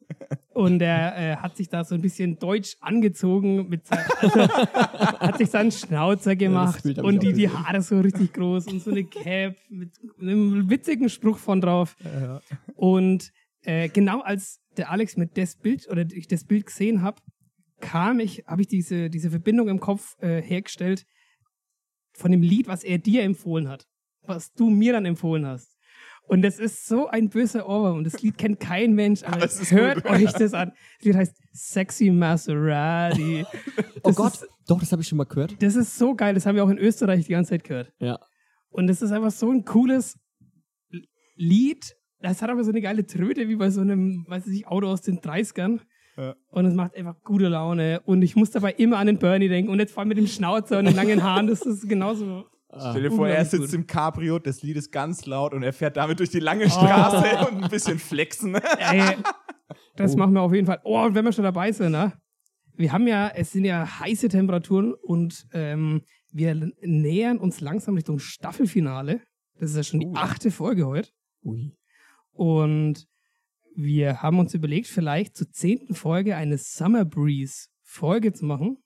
S2: Und er äh, hat sich da so ein bisschen deutsch angezogen, mit sein, also, hat sich seinen Schnauzer gemacht
S3: Bild hab ich
S2: und
S3: auch
S2: die, die
S3: gesehen.
S2: Haare so richtig groß und so eine Cap mit einem witzigen Spruch von drauf.
S1: Ja.
S2: Und äh, genau als der Alex mit das Bild oder ich das Bild gesehen habe, kam ich, habe ich diese, diese Verbindung im Kopf äh, hergestellt von dem Lied, was er dir empfohlen hat, was du mir dann empfohlen hast. Und das ist so ein böser Ohrwurm. Das Lied kennt kein Mensch, aber
S1: es ist
S2: hört
S1: gut.
S2: euch das an. Das Lied heißt Sexy Maserati.
S3: Oh
S2: Das
S3: Gott,
S2: Ist,
S3: doch, das habe ich schon mal gehört.
S2: das ist so geil. Das haben wir auch in Österreich die ganze Zeit gehört.
S3: Ja.
S2: Und das ist einfach so ein cooles L- Lied. Das hat aber so eine geile Tröte wie bei so einem, weiß ich nicht, Auto aus den 30ern.
S1: Ja.
S2: Und es macht einfach gute Laune. Und ich muss dabei immer an den Bernie denken. Und jetzt vor allem mit dem Schnauzer und den langen Haaren, das ist genauso.
S1: Stell dir vor, er
S2: Unglaublich
S1: sitzt
S2: gut. Oh.
S1: im Cabrio, das Lied ist ganz laut und er fährt damit durch die lange Straße und ein bisschen flexen.
S2: Ey, das
S3: Oh.
S2: machen wir auf jeden Fall. Oh, und wenn wir schon dabei sind, ne? Wir haben ja, es sind ja heiße Temperaturen und ähm, wir l- nähern uns langsam Richtung Staffelfinale. Das ist ja schon die
S1: Oh.
S2: achte Folge heute.
S3: Ui.
S2: Und wir haben uns überlegt, vielleicht zur zehnten Folge eine Summer Breeze Folge zu machen.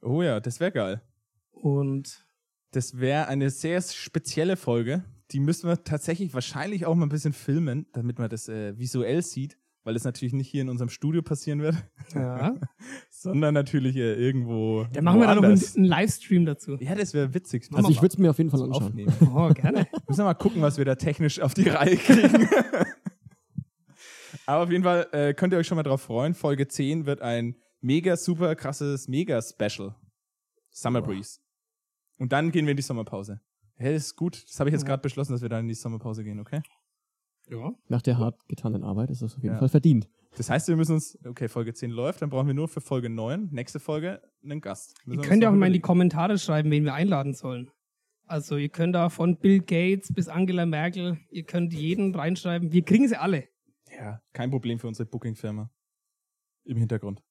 S1: Oh ja, das wäre geil.
S2: Und
S1: Das wäre eine sehr spezielle Folge. Die müssen wir tatsächlich wahrscheinlich auch mal ein bisschen filmen, damit man das äh, visuell sieht, weil das natürlich nicht hier in unserem Studio passieren wird,
S2: ja,
S1: sondern natürlich äh, irgendwo.
S2: dann machen wir da noch einen,
S1: woanders.
S2: einen Livestream dazu.
S1: Ja, das wäre witzig.
S3: Also ich würde es mir auf jeden Fall anschauen.
S1: aufnehmen.
S2: Oh, gerne.
S1: Müssen wir mal gucken, was wir da technisch auf die Reihe kriegen. Aber auf jeden Fall äh, könnt ihr euch schon mal drauf freuen. Folge 10 wird ein mega super krasses, mega special. Summer Breeze. Und dann gehen wir in die Sommerpause. Hä, das ist gut. Das habe ich jetzt
S2: Ja.
S1: gerade beschlossen, dass wir dann in die Sommerpause gehen, okay?
S2: Ja.
S3: Nach der hart getanen Arbeit ist das auf jeden
S1: Ja.
S3: Fall verdient.
S1: Das heißt, wir müssen uns, okay, Folge 10 läuft, dann brauchen wir nur für Folge 9, nächste Folge, einen Gast. Müssen
S2: Ihr
S1: wir uns
S2: könnt ja auch
S1: noch
S2: mal in die
S1: überlegen.
S2: Kommentare schreiben, wen wir einladen sollen. Also ihr könnt da von Bill Gates bis Angela Merkel, ihr könnt jeden reinschreiben. Wir kriegen sie alle.
S1: Ja, kein Problem für unsere Booking-Firma. Im Hintergrund.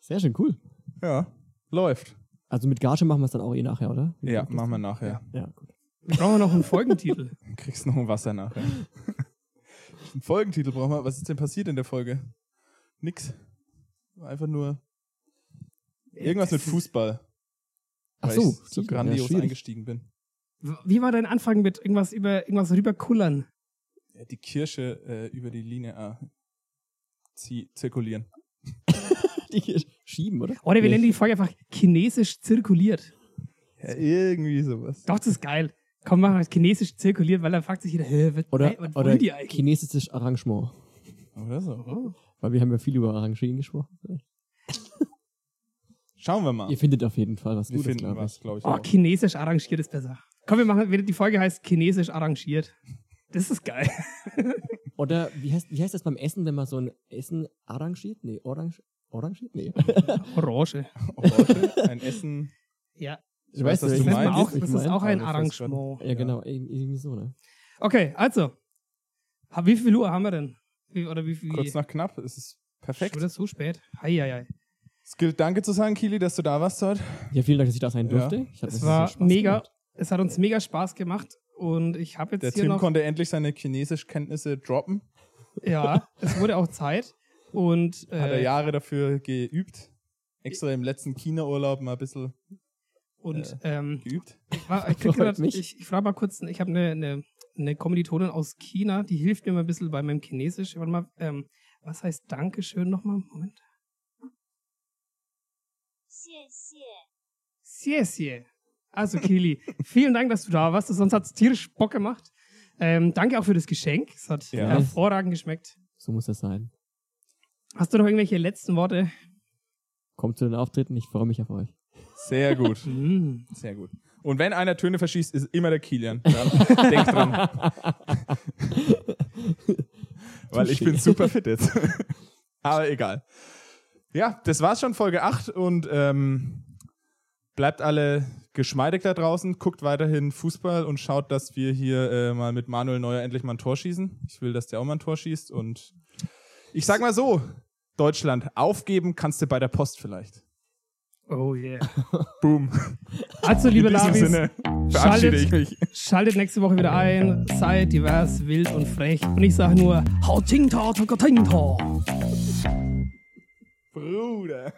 S3: Sehr schön, cool.
S1: Ja, läuft.
S3: Also mit Gage machen wir es dann auch eh nachher, oder? Wie
S1: Ja,
S3: läuft das?
S1: machen wir nachher.
S3: Ja, gut.
S2: Wir brauchen noch einen Folgentitel.
S1: Du kriegst noch ein Wasser nachher. Einen Folgentitel brauchen wir. Was ist denn passiert in der Folge? Nix. Einfach nur irgendwas mit Fußball.
S3: Äh, Ach
S1: weil
S3: so,
S1: ich so
S3: sicher.
S1: grandios
S3: schwierig.
S1: eingestiegen bin.
S2: Wie war dein Anfang mit irgendwas über irgendwas rüberkullern?
S1: Ja, die Kirsche äh, über die Linie äh, zie- zirkulieren.
S3: Die hier schieben, oder?
S2: Oder wir
S3: Nee.
S2: nennen die Folge einfach chinesisch zirkuliert.
S1: Ja, irgendwie sowas.
S2: Doch, das ist geil. Komm, machen wir chinesisch zirkuliert, weil dann fragt sich jeder, hä, was,
S3: Oder,
S2: hä, was
S3: oder
S2: wollen die eigentlich?
S3: chinesisches Arrangement.
S1: Oder so.
S3: Weil wir haben ja viel über Arrangieren gesprochen.
S1: Schauen wir mal.
S3: Ihr findet auf jeden Fall was
S1: wir
S3: Gutes,
S1: finden
S3: glaube
S1: was,
S3: ich.
S1: glaube ich.
S2: Oh,
S1: auch.
S2: chinesisch arrangiert ist besser. Komm, wir machen, die Folge heißt chinesisch arrangiert. Das ist geil.
S3: Oder wie heißt, wie heißt das beim Essen, wenn man so ein Essen arrangiert? Nee, orange, orangiert? Nee.
S2: Orange.
S1: Orange, ein Essen.
S2: Ja,
S1: Ich weiß, was
S3: weiß,
S1: du
S3: was ich
S2: Das, heißt
S1: meinst.
S2: man auch,
S3: Ich
S2: das ist
S3: mein,
S2: auch ein
S1: aber das ist
S2: Arrangement.
S3: ja, genau, irg- irgendwie so, ne?
S2: Okay, also. Hab- Wie viel Uhr haben wir denn? Wie, oder wie viel?
S1: Kurz nach knapp, es ist perfekt.
S2: Oder so spät? Hei, hei, hei.
S1: Es gilt Danke zu sagen, Kili, dass du da warst heute.
S3: Ja, vielen Dank, dass ich da sein
S1: Ja.
S3: durfte. Ich hab-
S2: Es
S3: das hat
S2: war
S3: Spaß
S2: mega.
S3: gemacht.
S2: Es hat uns mega Spaß gemacht und ich habe jetzt
S1: Der
S2: hier
S1: Tim
S2: noch.
S1: konnte endlich seine Chinesischkenntnisse droppen.
S2: Ja, es wurde auch Zeit und
S1: Hat er
S2: äh,
S1: Jahre dafür geübt. Extra im letzten China-Urlaub mal ein bisschen
S2: und
S1: äh.
S2: ähm,
S1: geübt.
S2: ich, war, ich, krieg
S3: Freut
S2: grad,
S3: mich.
S2: ich, ich frage mal kurz. Ich habe eine eine eine Kommilitonin aus China, die hilft mir mal ein bisschen bei meinem Chinesisch. Warte mal, ähm, was heißt Dankeschön nochmal? Moment.
S4: 谢谢，
S2: Sehr, sehr. Also, Kili, vielen Dank, dass du da warst. Sonst hat es tierisch Bock gemacht. Ähm, danke auch für das Geschenk. Es hat
S1: Ja.
S2: hervorragend geschmeckt.
S3: So muss das sein.
S2: Hast du noch irgendwelche letzten Worte?
S3: Kommt zu den Auftritten, ich freue mich auf euch.
S1: Sehr gut.
S2: Hm.
S1: Sehr gut. Und wenn einer Töne verschießt, ist immer der Kilian. Dran. Denk dran. Weil ich
S3: Touché.
S1: bin super fit jetzt. Aber egal. Ja, das war's schon, Folge 8. Und ähm, bleibt alle geschmeidig da draußen, guckt weiterhin Fußball und schaut, dass wir hier äh, mal mit Manuel Neuer endlich mal ein Tor schießen. Ich will, dass der auch mal ein Tor schießt. Und ich sag mal so, Deutschland, aufgeben kannst du bei der Post vielleicht.
S2: Oh yeah.
S1: Boom.
S2: Also, liebe
S1: In diesem
S2: Labis,
S1: Sinne verabschiede ich mich.
S2: schaltet nächste Woche wieder ein. Seid divers, wild und frech. Und ich sage nur, hau ting ta, ta, ta, ting ta.
S1: Bruder.